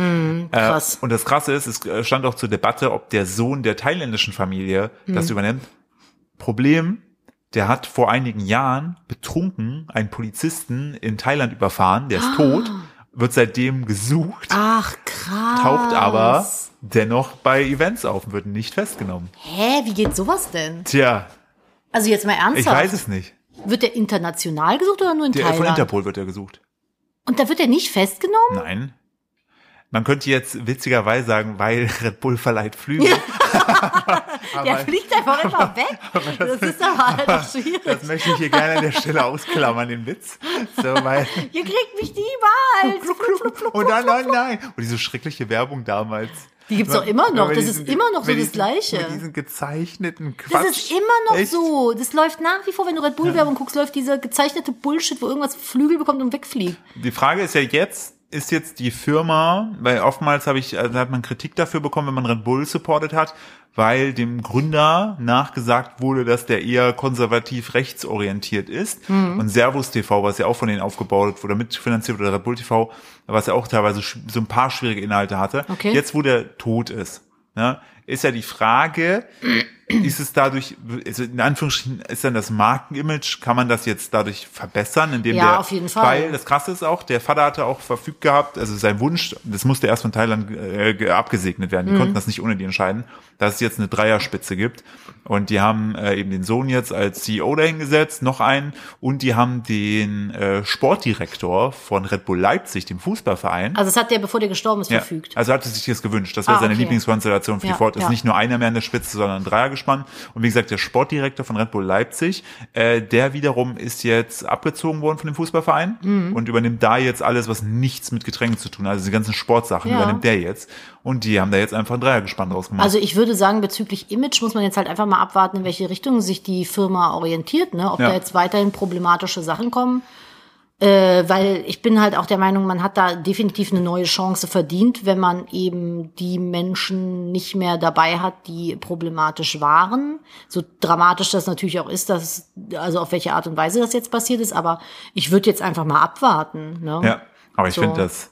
Krass. Äh, und das Krasse ist, es äh, stand auch zur Debatte, ob der Sohn der thailändischen Familie Mhm. das übernimmt. Problem, der hat vor einigen Jahren betrunken einen Polizisten in Thailand überfahren, der ist Ah. tot, wird seitdem gesucht, Ach, krass. taucht aber dennoch bei Events auf und wird nicht festgenommen. Hä, wie geht sowas denn? Tja, Also jetzt mal ich ernsthaft. weiß es nicht. Wird der international gesucht oder nur in Der, von Thailand? Interpol wird er gesucht. Und da wird er nicht festgenommen? Nein. Man könnte jetzt witzigerweise sagen, weil Red Bull verleiht Flüge. der fliegt einfach immer weg. Das, ist aber halt auch schwierig. Das möchte ich hier gerne an der Stelle ausklammern, den Witz. So, weil Ihr kriegt mich niemals. Und dann, nein, nein. Und diese schreckliche Werbung damals. Die gibt's auch immer noch. Das ist immer noch so das Gleiche. Mit diesen gezeichneten Quatsch. Das ist immer noch Echt? so. Das läuft nach wie vor, wenn du Red Bull Werbung guckst, läuft dieser gezeichnete Bullshit, wo irgendwas Flügel bekommt und wegfliegt. Die Frage ist ja jetzt, ist jetzt die Firma, weil oftmals habe ich, also hat man Kritik dafür bekommen, wenn man Red Bull supported hat, weil dem Gründer nachgesagt wurde, dass der eher konservativ rechtsorientiert ist. Mhm. Und Servus TV, was ja auch von denen aufgebaut wurde, mitfinanziert wurde, Red Bull TV, was ja auch teilweise sch- so ein paar schwierige Inhalte hatte. Okay. Jetzt, wo der tot ist, ne, ist ja die Frage, ist es dadurch, also in Anführungsstrichen, ist dann das Markenimage, kann man das jetzt dadurch verbessern, indem Ja, der, auf jeden Fall. weil das Krasse ist auch, der Vater hatte auch verfügt gehabt, also sein Wunsch, das musste erst von Thailand äh, ge- abgesegnet werden. Die konnten das nicht ohne die entscheiden, dass es jetzt eine Dreierspitze gibt. Und die haben äh, eben den Sohn jetzt als CEO dahingesetzt, noch einen, und die haben den äh, Sportdirektor von Red Bull Leipzig, dem Fußballverein, Also das hat der, bevor der gestorben ist, verfügt. also hatte sich das gewünscht. Das wäre Ah, seine okay. Lieblingskonstellation für Ja, die Ford. Ist ja. nicht nur einer mehr an der Spitze, sondern ein Dreiergespann. Und wie gesagt, der Sportdirektor von Red Bull Leipzig, äh, der wiederum ist jetzt abgezogen worden von dem Fußballverein Mhm. und übernimmt da jetzt alles, was nichts mit Getränken zu tun hat. Also die ganzen Sportsachen Ja. übernimmt der jetzt. Und die haben da jetzt einfach ein Dreiergespann draus gemacht. Also ich würde sagen, bezüglich Image muss man jetzt halt einfach mal abwarten, in welche Richtung sich die Firma orientiert, ne? ob Ja. da jetzt weiterhin problematische Sachen kommen. Äh, weil ich bin halt auch der Meinung, man hat da definitiv eine neue Chance verdient, wenn man eben die Menschen nicht mehr dabei hat, die problematisch waren. So dramatisch das natürlich auch ist, dass, also auf welche Art und Weise das jetzt passiert ist, aber ich würde jetzt einfach mal abwarten. Ne? ja. Aber ich So. finde das,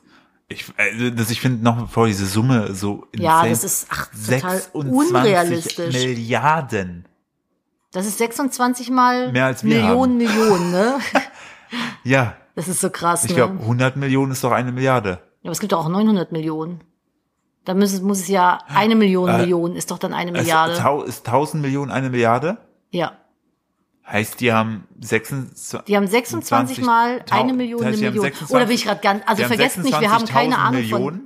ich, also das, ich finde noch vor diese Summe so Ja, insane. das ist, ach, total 26 unrealistisch. Milliarden. Das ist 26 mal Mehr als wir Millionen, Millionen, ne? Ja. Das ist so krass, Ich ne? glaube, 100 Millionen ist doch eine Milliarde. Ja, aber es gibt doch auch 900 Millionen. Da muss es, muss es ja eine Million Millionen, ist doch dann eine Also, Milliarde. tau- Äh, ist 1000 Millionen eine Milliarde? ja. Heißt, die haben 26. Die haben 26 mal Tau- eine Million, das eine heißt, die haben Million. 26 Oder bin ich gerade ganz, also die haben vergesst nicht, wir haben keine 26.000 Ahnung Millionen?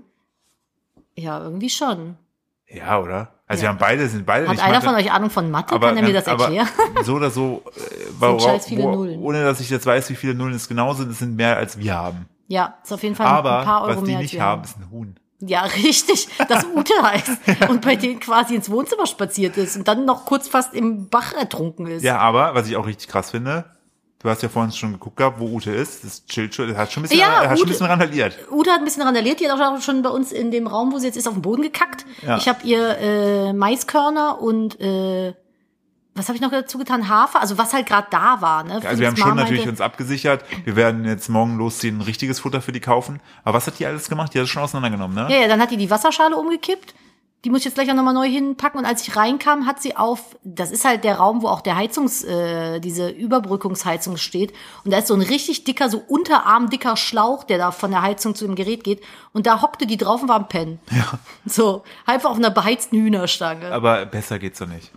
von. Ja, irgendwie schon. Ja, oder? Also Ja. wir haben beide, sind beide Hat nicht einer Mathe, von euch Ahnung von Mathe? aber Kann er mir das ganz- aber erklären? So oder so, äh, wo, scheiß viele wo, Nullen. ohne dass ich jetzt weiß, wie viele Nullen es genau sind, es sind mehr als wir haben. Ja, ist auf jeden Fall Aber ein paar Euro was die mehr als nicht wir haben, ist ein Huhn. Ja, richtig, das Ute heißt und bei denen quasi ins Wohnzimmer spaziert ist und dann noch kurz fast im Bach ertrunken ist. Ja, aber was ich auch richtig krass finde, du hast ja vorhin schon geguckt gehabt, wo Ute ist. Das chillt schon, das hat schon ein bisschen, Ja, hat schon ein Ute- bisschen randaliert. Ute hat ein bisschen randaliert, die hat auch schon bei uns in dem Raum, wo sie jetzt ist, auf den Boden gekackt. Ja. Ich habe ihr äh, Maiskörner und äh, was habe ich noch dazu getan? Hafer, also was halt gerade da war. Ne? Also wir haben Felix schon Ma natürlich meinte- uns abgesichert. Wir werden jetzt morgen losziehen, ein richtiges Futter für die kaufen. Aber was hat die alles gemacht? Die hat das schon auseinandergenommen, ne? Ja, ja, dann hat die die Wasserschale umgekippt. Die muss ich jetzt gleich auch nochmal neu hinpacken. Und als ich reinkam, hat sie auf, das ist halt der Raum, wo auch der Heizungs, äh, diese Überbrückungsheizung steht. Und da ist so ein richtig dicker, so unterarmdicker Schlauch, der da von der Heizung zu dem Gerät geht. Und da hockte die drauf und war am Pennen. Ja. So, einfach auf einer beheizten Hühnerstange. Aber besser geht's doch nicht.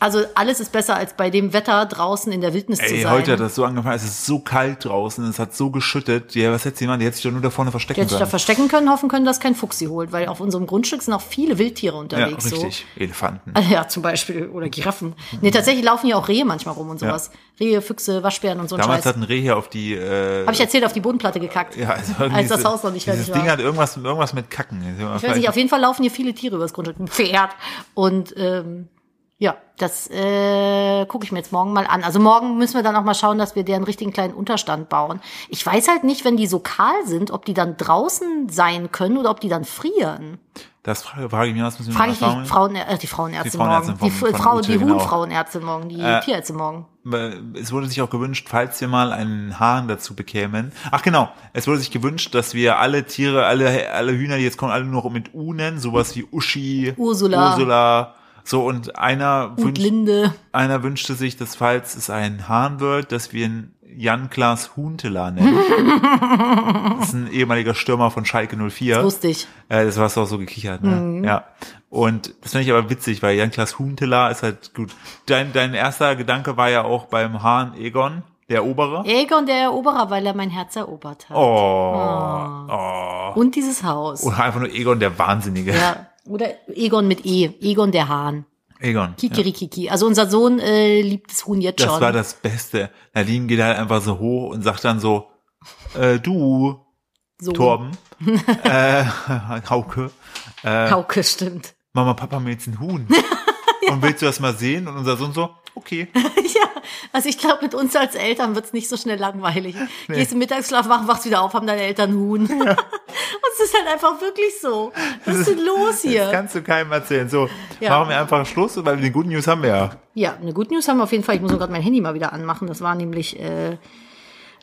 Also alles ist besser, als bei dem Wetter draußen in der Wildnis zu Ey, sein. ne? heute hat das so angefangen, es ist so kalt draußen, es hat so geschüttet. Ja, was hätte sie gemacht? Die hätte sich doch nur da vorne Die verstecken hätte ich da können. verstecken können, hoffen können, dass kein Fuchs sie holt, weil auf unserem Grundstück sind auch viele Wildtiere Ja, unterwegs. So. Also richtig. Elefanten. Ja, zum Beispiel. Oder Giraffen. Nee, tatsächlich laufen ja auch Rehe manchmal rum und sowas. Rehe, Füchse, Waschbären und so ein Damals Scheiß. hat ein Reh hier auf die, äh, Habe ich erzählt, auf die Bodenplatte gekackt. ja, also irgendwie als das so- Haus noch nicht Dieses fertig Ding war. hat irgendwas, irgendwas mit Kacken. Ich weiß nicht, auf jeden Fall laufen hier viele Tiere übers Grundstück. Ein Pferd. Und ähm, ja, das äh, gucke ich mir jetzt morgen mal an. Also morgen müssen wir dann auch mal schauen, dass wir deren richtigen kleinen Unterstand bauen. Ich weiß halt nicht, wenn die so kahl sind, ob die dann draußen sein können oder ob die dann frieren. Das frage, frage ich mich, das müssen wir Frage ich noch die, erfahren. Frauen, äh, die Frauenärztin Die Frauenärztin morgen. Die, von- F- von Frau, Ute, die genau. Huhnfrauenärztin morgen, die Tierärztin morgen. Äh, es wurde sich auch gewünscht, falls wir mal einen Hahn dazu bekämen. Ach genau, es wurde sich gewünscht, dass wir alle Tiere, alle, alle Hühner, die jetzt kommen, alle nur noch mit U nennen, sowas wie Uschi, Ursula. Ursula so und einer, Und wünscht, Linde. einer wünschte sich, dass falls es ein Hahn wird, dass wir ihn Jan-Klaas Huntela nennen. das ist ein ehemaliger Stürmer von Schalke 04. Lustig. Äh, das war es auch so gekichert, ne? Mhm. Ja. Und das finde ich aber witzig, weil Jan-Klaas Huntelaar ist halt gut. Dein, dein erster Gedanke war ja auch beim Hahn Egon, der Obere. Egon der Eroberer, weil er mein Herz erobert hat. Oh, oh. Und dieses Haus. Oder einfach nur Egon, der Wahnsinnige. Ja. Oder Egon mit E. Egon der Hahn. Egon. Ja. Kikirikiki. Also unser Sohn äh, liebt das Huhn jetzt Das schon. war das Beste. Nadine geht halt einfach so hoch und sagt dann so, äh, du, Sohn. Torben, äh, Hauke, Kauke, äh, stimmt. Mama, Papa, mir jetzt ein Huhn. Und willst du das mal sehen? Und unser Sohn so, okay. ja, also ich glaube, mit uns als Eltern wird's nicht so schnell langweilig. Gehst im Mittagsschlaf machen, wachst wieder auf, haben deine Eltern Huhn. Und es ist halt einfach wirklich so. Was ist denn los Das hier? kannst du keinem erzählen. So, Ja. machen wir einfach Schluss, weil die guten News haben wir ja. Ja, eine Good News haben wir auf jeden Fall. Ich muss gerade mein Handy mal wieder anmachen. Das war nämlich äh,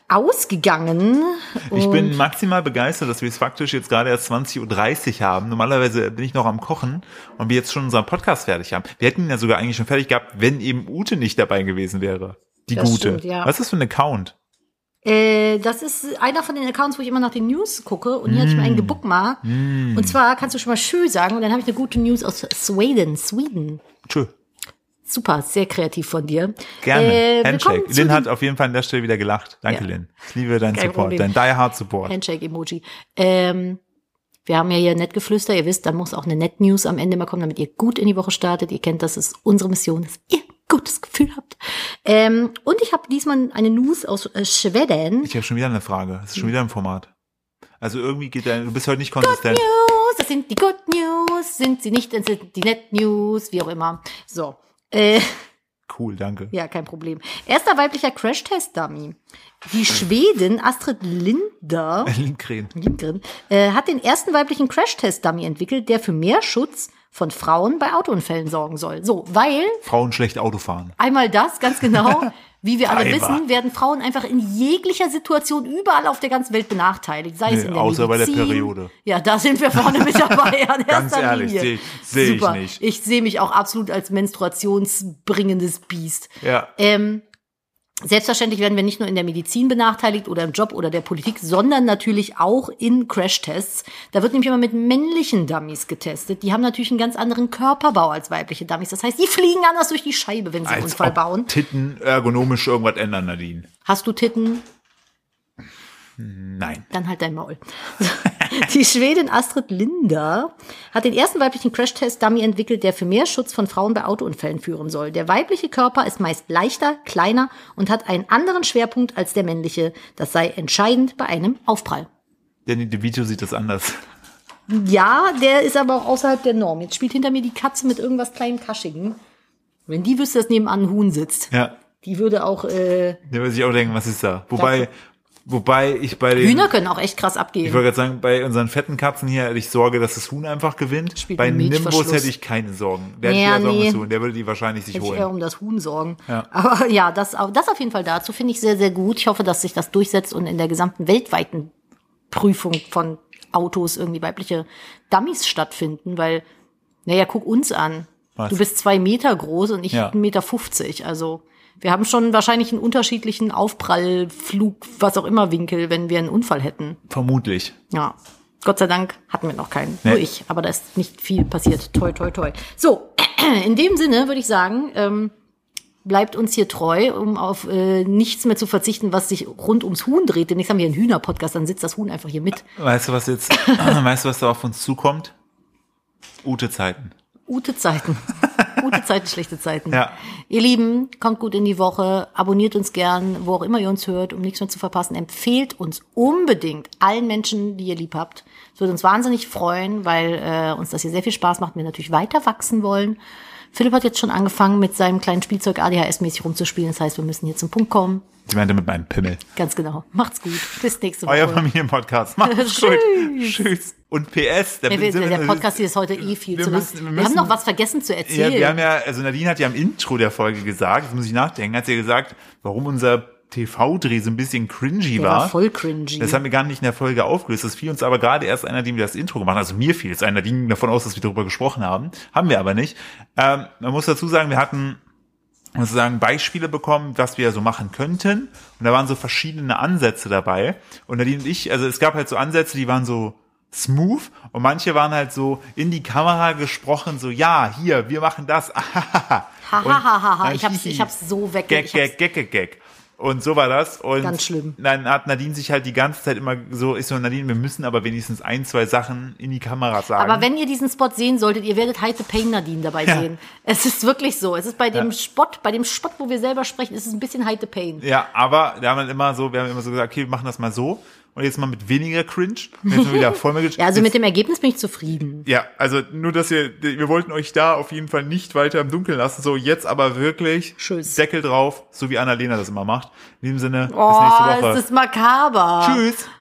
ausgegangen. Ich bin maximal begeistert, dass wir es faktisch jetzt gerade erst 20.30 Uhr haben. Normalerweise bin ich noch am Kochen und wir jetzt schon unseren Podcast fertig haben. Wir hätten ihn ja sogar eigentlich schon fertig gehabt, wenn eben Ute nicht dabei gewesen wäre. Die Das gute. stimmt, ja. Was ist das für ein Account? Äh, das ist einer von den Accounts, wo ich immer nach den News gucke. Und hier hatte ich Mm. mir einen gebookmarkt. Und zwar kannst du schon mal schön sagen. Und dann habe ich eine gute News aus Sweden. Sweden. Tschö. Super, sehr kreativ von dir. Gerne. Äh, Handshake. willkommen zu Lynn den- hat auf jeden Fall an der Stelle wieder gelacht. Danke, Ja. Lynn. Ich liebe deinen Kein Support, Problem. deinen Die Hard Support. Handshake-Emoji. Ähm, wir haben ja hier nett geflüster. Ihr wisst, da muss auch eine nett News am Ende mal kommen, damit ihr gut in die Woche startet. Ihr kennt, das ist unsere Mission, dass ihr ein gutes Gefühl habt. Ähm, und ich habe diesmal eine News aus äh, Schweden. Ich habe schon wieder eine Frage. Es ist schon wieder im Format. Also irgendwie geht dein, du bist heute nicht konsistent. News, das sind die Good News, sind sie nicht, das sind die Net News, wie auch immer. So, äh, Cool, danke. ja, kein Problem. Erster weiblicher Crash-Test-Dummy. Die Schwedin Astrid Linder Lindgren. Lindgren äh, hat den ersten weiblichen Crash-Test-Dummy entwickelt, der für mehr Schutz von Frauen bei Autounfällen sorgen soll. So, weil Frauen schlecht Auto fahren. Einmal das, ganz genau. Wie wir alle Weiber. wissen, werden Frauen einfach in jeglicher Situation überall auf der ganzen Welt benachteiligt. Sei es Nee, in der außer bei der Medizin. Periode. Ja, da sind wir vorne mit dabei. An Ganz erster ehrlich, Linie. seh- seh ich Super. nicht. Ich sehe mich auch absolut als menstruationsbringendes Biest. Ja. Ähm, selbstverständlich werden wir nicht nur in der Medizin benachteiligt oder im Job oder der Politik, sondern natürlich auch in Crashtests. Da wird nämlich immer mit männlichen Dummies getestet. Die haben natürlich einen ganz anderen Körperbau als weibliche Dummies. Das heißt, die fliegen anders durch die Scheibe, wenn sie einen Als Unfall ob bauen. Titten ergonomisch irgendwas ändern, Nadine. Hast du Titten, Nein. dann halt dein Maul. Die Schwedin Astrid Linder hat den ersten weiblichen Crashtest-Dummy entwickelt, der für mehr Schutz von Frauen bei Autounfällen führen soll. Der weibliche Körper ist meist leichter, kleiner und hat einen anderen Schwerpunkt als der männliche. Das sei entscheidend bei einem Aufprall. Danny DeVito sieht das anders. Ja, der ist aber auch außerhalb der Norm. Jetzt spielt hinter mir die Katze mit irgendwas kleinem Kaschigen. Wenn die wüsste, dass nebenan ein Huhn sitzt, Ja. die würde auch, äh, Da würde ich auch denken, was ist da? Wobei, wobei ich bei den. Hühner können auch echt krass Ich abgehen. wollte gerade sagen, bei unseren fetten Katzen hier hätte ich Sorge, dass das Huhn einfach gewinnt. Spielt bei mit Nimbus Milchverschluss. hätte ich keine Sorgen. Der hätte ich Ja, eher Sorgen nee. nee. Huhn. Der würde die wahrscheinlich sich Hätte ich eher holen. um das Huhn sorgen. Ja. Aber ja, das, au- das auf jeden Fall dazu finde ich sehr, sehr gut. Ich hoffe, dass sich das durchsetzt und in der gesamten weltweiten Prüfung von Autos irgendwie weibliche Dummies stattfinden, weil, naja, guck uns an. Was? Du bist zwei Meter groß und ich Ja. 1,50 Meter. fünfzig. Also wir haben schon wahrscheinlich einen unterschiedlichen Aufprallflug, was auch immer Winkel, wenn wir einen Unfall hätten. Vermutlich. Ja. Gott sei Dank hatten wir noch keinen. Nur Nee. ich. Aber da ist nicht viel passiert. Toi, toi, toi. So, in dem Sinne würde ich sagen, ähm, bleibt uns hier treu, um auf äh, nichts mehr zu verzichten, was sich rund ums Huhn dreht. Demnächst haben wir einen Hühner-Podcast, dann sitzt das Huhn einfach hier mit. Weißt du, was jetzt, weißt du, was da auf uns zukommt? Ute-Zeiten. Gute Zeiten. Gute Zeiten, schlechte Zeiten. Ja. Ihr Lieben, kommt gut in die Woche, abonniert uns gern, wo auch immer ihr uns hört, um nichts mehr zu verpassen. Empfehlt uns unbedingt allen Menschen, die ihr lieb habt. Es würde uns wahnsinnig freuen, weil äh, uns das hier sehr viel Spaß macht und wir natürlich weiter wachsen wollen. Philipp hat jetzt schon angefangen, mit seinem kleinen Spielzeug ADHS-mäßig rumzuspielen. Das heißt, wir müssen hier zum Punkt kommen. Ich meinte mit meinem Pimmel. Ganz genau. Macht's gut. Bis nächste Woche. Euer Familienpodcast. Macht's gut. Tschüss. Und PS, da der, sind der, der wir- Podcast hier ist heute eh viel wir zu lang. müssen- wir wir haben müssen- noch was vergessen zu Ja, erzählen. wir haben ja, also Nadine hat ja am Intro der Folge gesagt, jetzt muss ich nachdenken, hat sie ja gesagt, warum unser TV-Dreh so ein bisschen cringy der war voll cringy. Das haben wir gar nicht in der Folge aufgelöst. Das fiel uns aber gerade erst einer, dem wir das Intro gemacht haben. Also mir fiel es einer, die ging davon aus, dass wir darüber gesprochen haben. Haben wir aber nicht. Ähm, man muss dazu sagen, wir hatten sozusagen Beispiele bekommen, was wir so machen könnten. Und da waren so verschiedene Ansätze dabei. Und Nadine und ich, also es gab halt so Ansätze, die waren so smooth und manche waren halt so in die Kamera gesprochen, so ja, hier, wir machen das. Ha, ha, ha, ha, ha. Und, Ich hab's- ich hab's so weg- Gag, ich hab's- gag, gag, gag, gag. Und so war das. Und Ganz schlimm. Dann hat Nadine sich halt die ganze Zeit immer so, ist so, Nadine, wir müssen aber wenigstens ein, zwei Sachen in die Kamera sagen. Aber wenn ihr diesen Spot sehen solltet, ihr werdet Heite Payne Nadine dabei Ja. sehen. Es ist wirklich so. Es ist bei dem Ja. Spot, bei dem Spot, wo wir selber sprechen, ist es ein bisschen Heite Payne. ja, aber wir haben dann immer so, wir haben immer so gesagt, okay, wir machen das mal so. Und jetzt mal mit weniger Cringe. Und jetzt mal wieder voll mehr Cringe. Ja, also jetzt, mit dem Ergebnis bin ich zufrieden. ja, also nur, dass wir, wir wollten euch da auf jeden Fall nicht weiter im Dunkeln lassen. So, jetzt aber wirklich Tschüss. Deckel drauf, so wie Annalena das immer macht. In diesem Sinne, Oh, bis nächste Woche. es ist makaber. Tschüss.